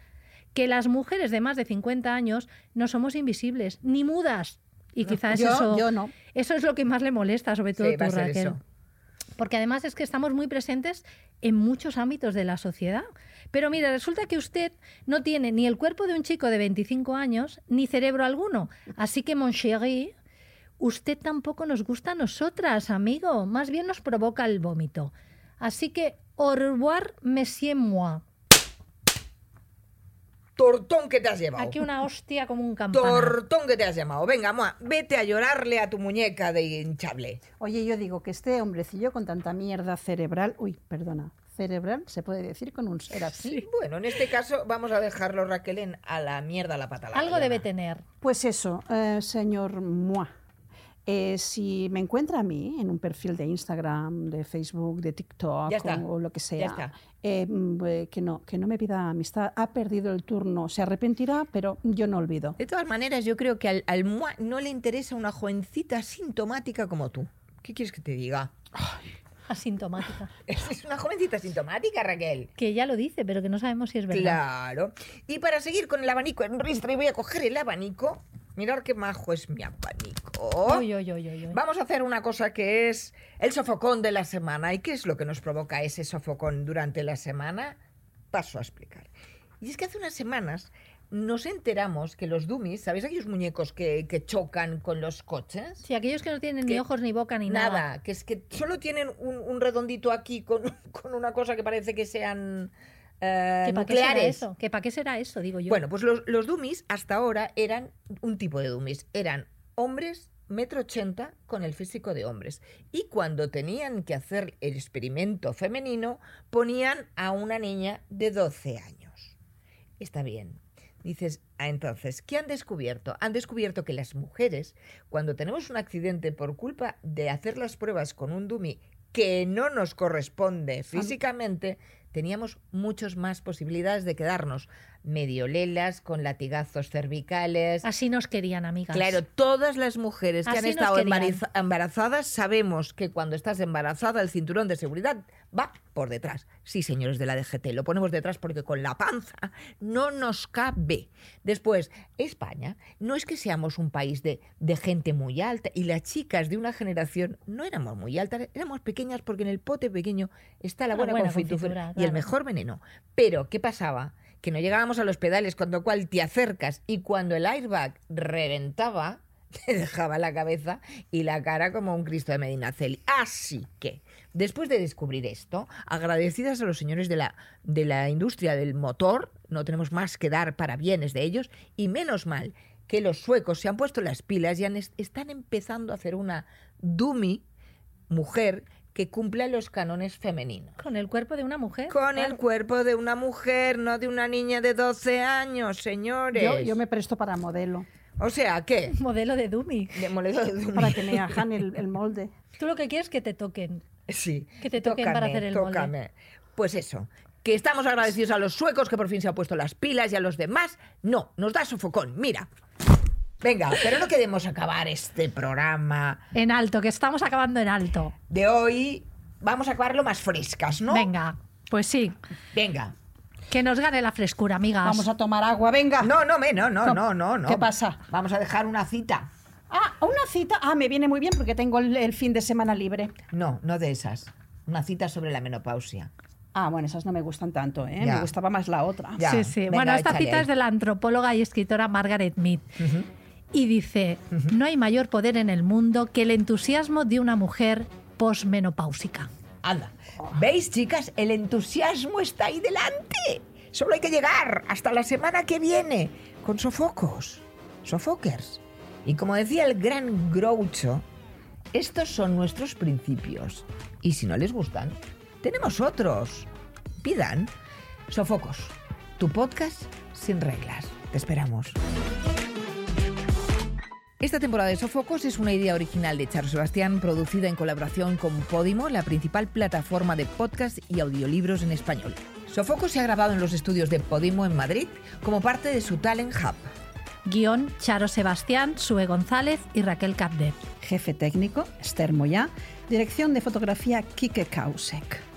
Speaker 2: Que las mujeres de más de 50 años no somos invisibles ni mudas. Y quizás
Speaker 3: yo,
Speaker 2: Ah, eso,
Speaker 3: yo no.
Speaker 2: eso es lo que más le molesta, sobre todo
Speaker 1: Sí, va
Speaker 2: tú,
Speaker 1: a ser
Speaker 2: Raquel.
Speaker 1: eso.
Speaker 2: Porque además es que estamos muy presentes en muchos ámbitos de la sociedad. Pero mira, resulta que usted no tiene ni el cuerpo de un chico de 25 años, ni cerebro alguno. Así que, mon chéri, usted tampoco nos gusta a nosotras, amigo. Más bien nos provoca el vómito. Así que, au revoir, monsieur moi.
Speaker 1: Tortón que te has llevado.
Speaker 2: Aquí una hostia como un campana.
Speaker 1: Tortón que te has llamado. Venga, Moa, vete a llorarle a tu muñeca de hinchable.
Speaker 3: Oye, yo digo que este hombrecillo con tanta mierda cerebral, uy, perdona, cerebral, se puede decir con un ser así.
Speaker 1: Bueno, en este caso vamos a dejarlo, Raquel, en a la mierda la pata.
Speaker 2: Algo debe tener.
Speaker 3: Pues eso, eh, señor Mua. Eh, si me encuentra a mí en un perfil de Instagram, de Facebook, de TikTok
Speaker 1: Ya está,
Speaker 3: o, o lo que sea,
Speaker 1: está.
Speaker 3: eh, mm, eh, que, no, que no me pida amistad, ha perdido el turno, se arrepentirá, pero yo no olvido.
Speaker 1: De todas maneras, yo creo que al, al mua no le interesa una jovencita sintomática como tú. ¿Qué quieres que te diga?
Speaker 2: Asintomática.
Speaker 1: Es una jovencita sintomática, Raquel.
Speaker 2: Que ella lo dice, pero que no sabemos si es verdad.
Speaker 1: Claro. Y para seguir con el abanico en ristra, y voy a coger el abanico. Mirad qué majo es mi abanico.
Speaker 2: Uy, uy, uy, uy, uy.
Speaker 1: Vamos a hacer una cosa que es el sofocón de la semana. ¿Y qué es lo que nos provoca ese sofocón durante la semana? Paso a explicar. Y es que hace unas semanas nos enteramos que los dummies, ¿sabéis aquellos muñecos que, que chocan con los coches?
Speaker 2: Si aquellos que no tienen ni
Speaker 1: Que-
Speaker 2: ojos, ni boca, ni
Speaker 1: nada,
Speaker 2: nada.
Speaker 1: que es que solo tienen un, un redondito aquí con, (laughs) con una cosa que parece que sean eh,
Speaker 2: ¿Que para qué será
Speaker 1: nucleares.
Speaker 2: eso? ¿Que para qué será eso? Digo yo.
Speaker 1: Bueno, pues los, los dummies hasta ahora eran un tipo de dummies. Eran hombres metro ochenta con el físico de hombres. Y cuando tenían que hacer el experimento femenino, ponían a una niña de 12 años. Está bien. Dices, ah, entonces, ¿qué han descubierto? Han descubierto que las mujeres, cuando tenemos un accidente por culpa de hacer las pruebas con un dummy que no nos corresponde físicamente, teníamos muchas más posibilidades de quedarnos medio lelas, con latigazos cervicales.
Speaker 2: Así nos querían, amigas.
Speaker 1: Claro, todas las mujeres que
Speaker 2: Así
Speaker 1: han
Speaker 2: nos
Speaker 1: estado
Speaker 2: querían.
Speaker 1: embariz- embarazadas sabemos que cuando estás embarazada el cinturón de seguridad va por detrás. Sí, señores de la DGT, lo ponemos detrás porque con la panza no nos cabe. Después, España no es que seamos un país de, de gente muy alta y las chicas de una generación no éramos muy altas, éramos pequeñas porque en el pote pequeño está la
Speaker 2: La
Speaker 1: buena,
Speaker 2: buena
Speaker 1: confitura,
Speaker 2: confitura,
Speaker 1: y el
Speaker 2: claro.
Speaker 1: mejor veneno. Pero, ¿qué pasaba? Que no llegábamos a los pedales, con lo cual te acercas y cuando el airbag reventaba, (laughs) te dejaba la cabeza y la cara como un Cristo de Medinaceli. Así que, después de descubrir esto, agradecidas a los señores de la, de la industria del motor, no tenemos más que dar para bienes de ellos, y menos mal que los suecos se han puesto las pilas y han es- están empezando a hacer una dummy mujer que cumpla los canones femeninos.
Speaker 2: Con el cuerpo de una mujer.
Speaker 1: Con
Speaker 2: Claro.
Speaker 1: el cuerpo de una mujer, no de una niña de 12 años, señores.
Speaker 3: Yo, yo me presto para modelo,
Speaker 1: O sea, ¿qué?
Speaker 2: Ah, modelo de Dummy.
Speaker 1: Demoledor de un-
Speaker 3: para que me hagan el, el molde.
Speaker 2: Tú lo que quieres es que te toquen.
Speaker 1: (laughs) Sí.
Speaker 2: Que te toquen para hacer el molde.
Speaker 1: tócame. Pues eso. Que estamos agradecidos a los suecos que por fin se han puesto las pilas y a los demás. No, nos da sofocón. Mira. Venga, pero no queremos acabar este programa
Speaker 2: En alto, que estamos acabando en alto.
Speaker 1: de hoy. Vamos a acabarlo más frescas, ¿no?
Speaker 2: Venga, pues sí.
Speaker 1: Venga.
Speaker 2: Que nos gane la frescura, amigas.
Speaker 7: Vamos a tomar agua, venga.
Speaker 1: Ah. No, no, me, no, no, no, no, no.
Speaker 7: ¿Qué pasa?
Speaker 1: Vamos a dejar una cita.
Speaker 7: Ah, una cita. Ah, me viene muy bien porque tengo el, el fin de semana libre.
Speaker 1: No, no de esas. Una cita sobre la menopausia.
Speaker 7: Ah, bueno, esas no me gustan tanto, ¿eh?
Speaker 1: Ya.
Speaker 7: Me gustaba más la otra.
Speaker 1: Ya,
Speaker 2: sí, sí.
Speaker 1: venga,
Speaker 2: bueno, esta
Speaker 1: échale
Speaker 2: cita
Speaker 1: ahí.
Speaker 2: es de la antropóloga y escritora Margaret Mead. Y dice, no hay mayor poder en el mundo que el entusiasmo de una mujer posmenopáusica.
Speaker 1: Anda. ¿Veis, chicas? El entusiasmo está ahí delante. Solo hay que llegar hasta la semana que viene con sofocos, sofokers. Y como decía el gran Groucho, estos son nuestros principios. Y si no les gustan, tenemos otros. Pidan. Sofocos, tu podcast sin reglas. Te esperamos. Esta temporada de Sofocos es una idea original de Charles Sebastián, producida en colaboración con Podimo, la principal plataforma de podcast y audiolibros en español. Sofocos se ha grabado en los estudios de Podimo en Madrid como parte de su Talent Hub.
Speaker 2: Guión, Charo Sebastián, Sue González y Raquel Capdep.
Speaker 7: Jefe técnico, Esther Moyá. Dirección de fotografía, Kike Kausek.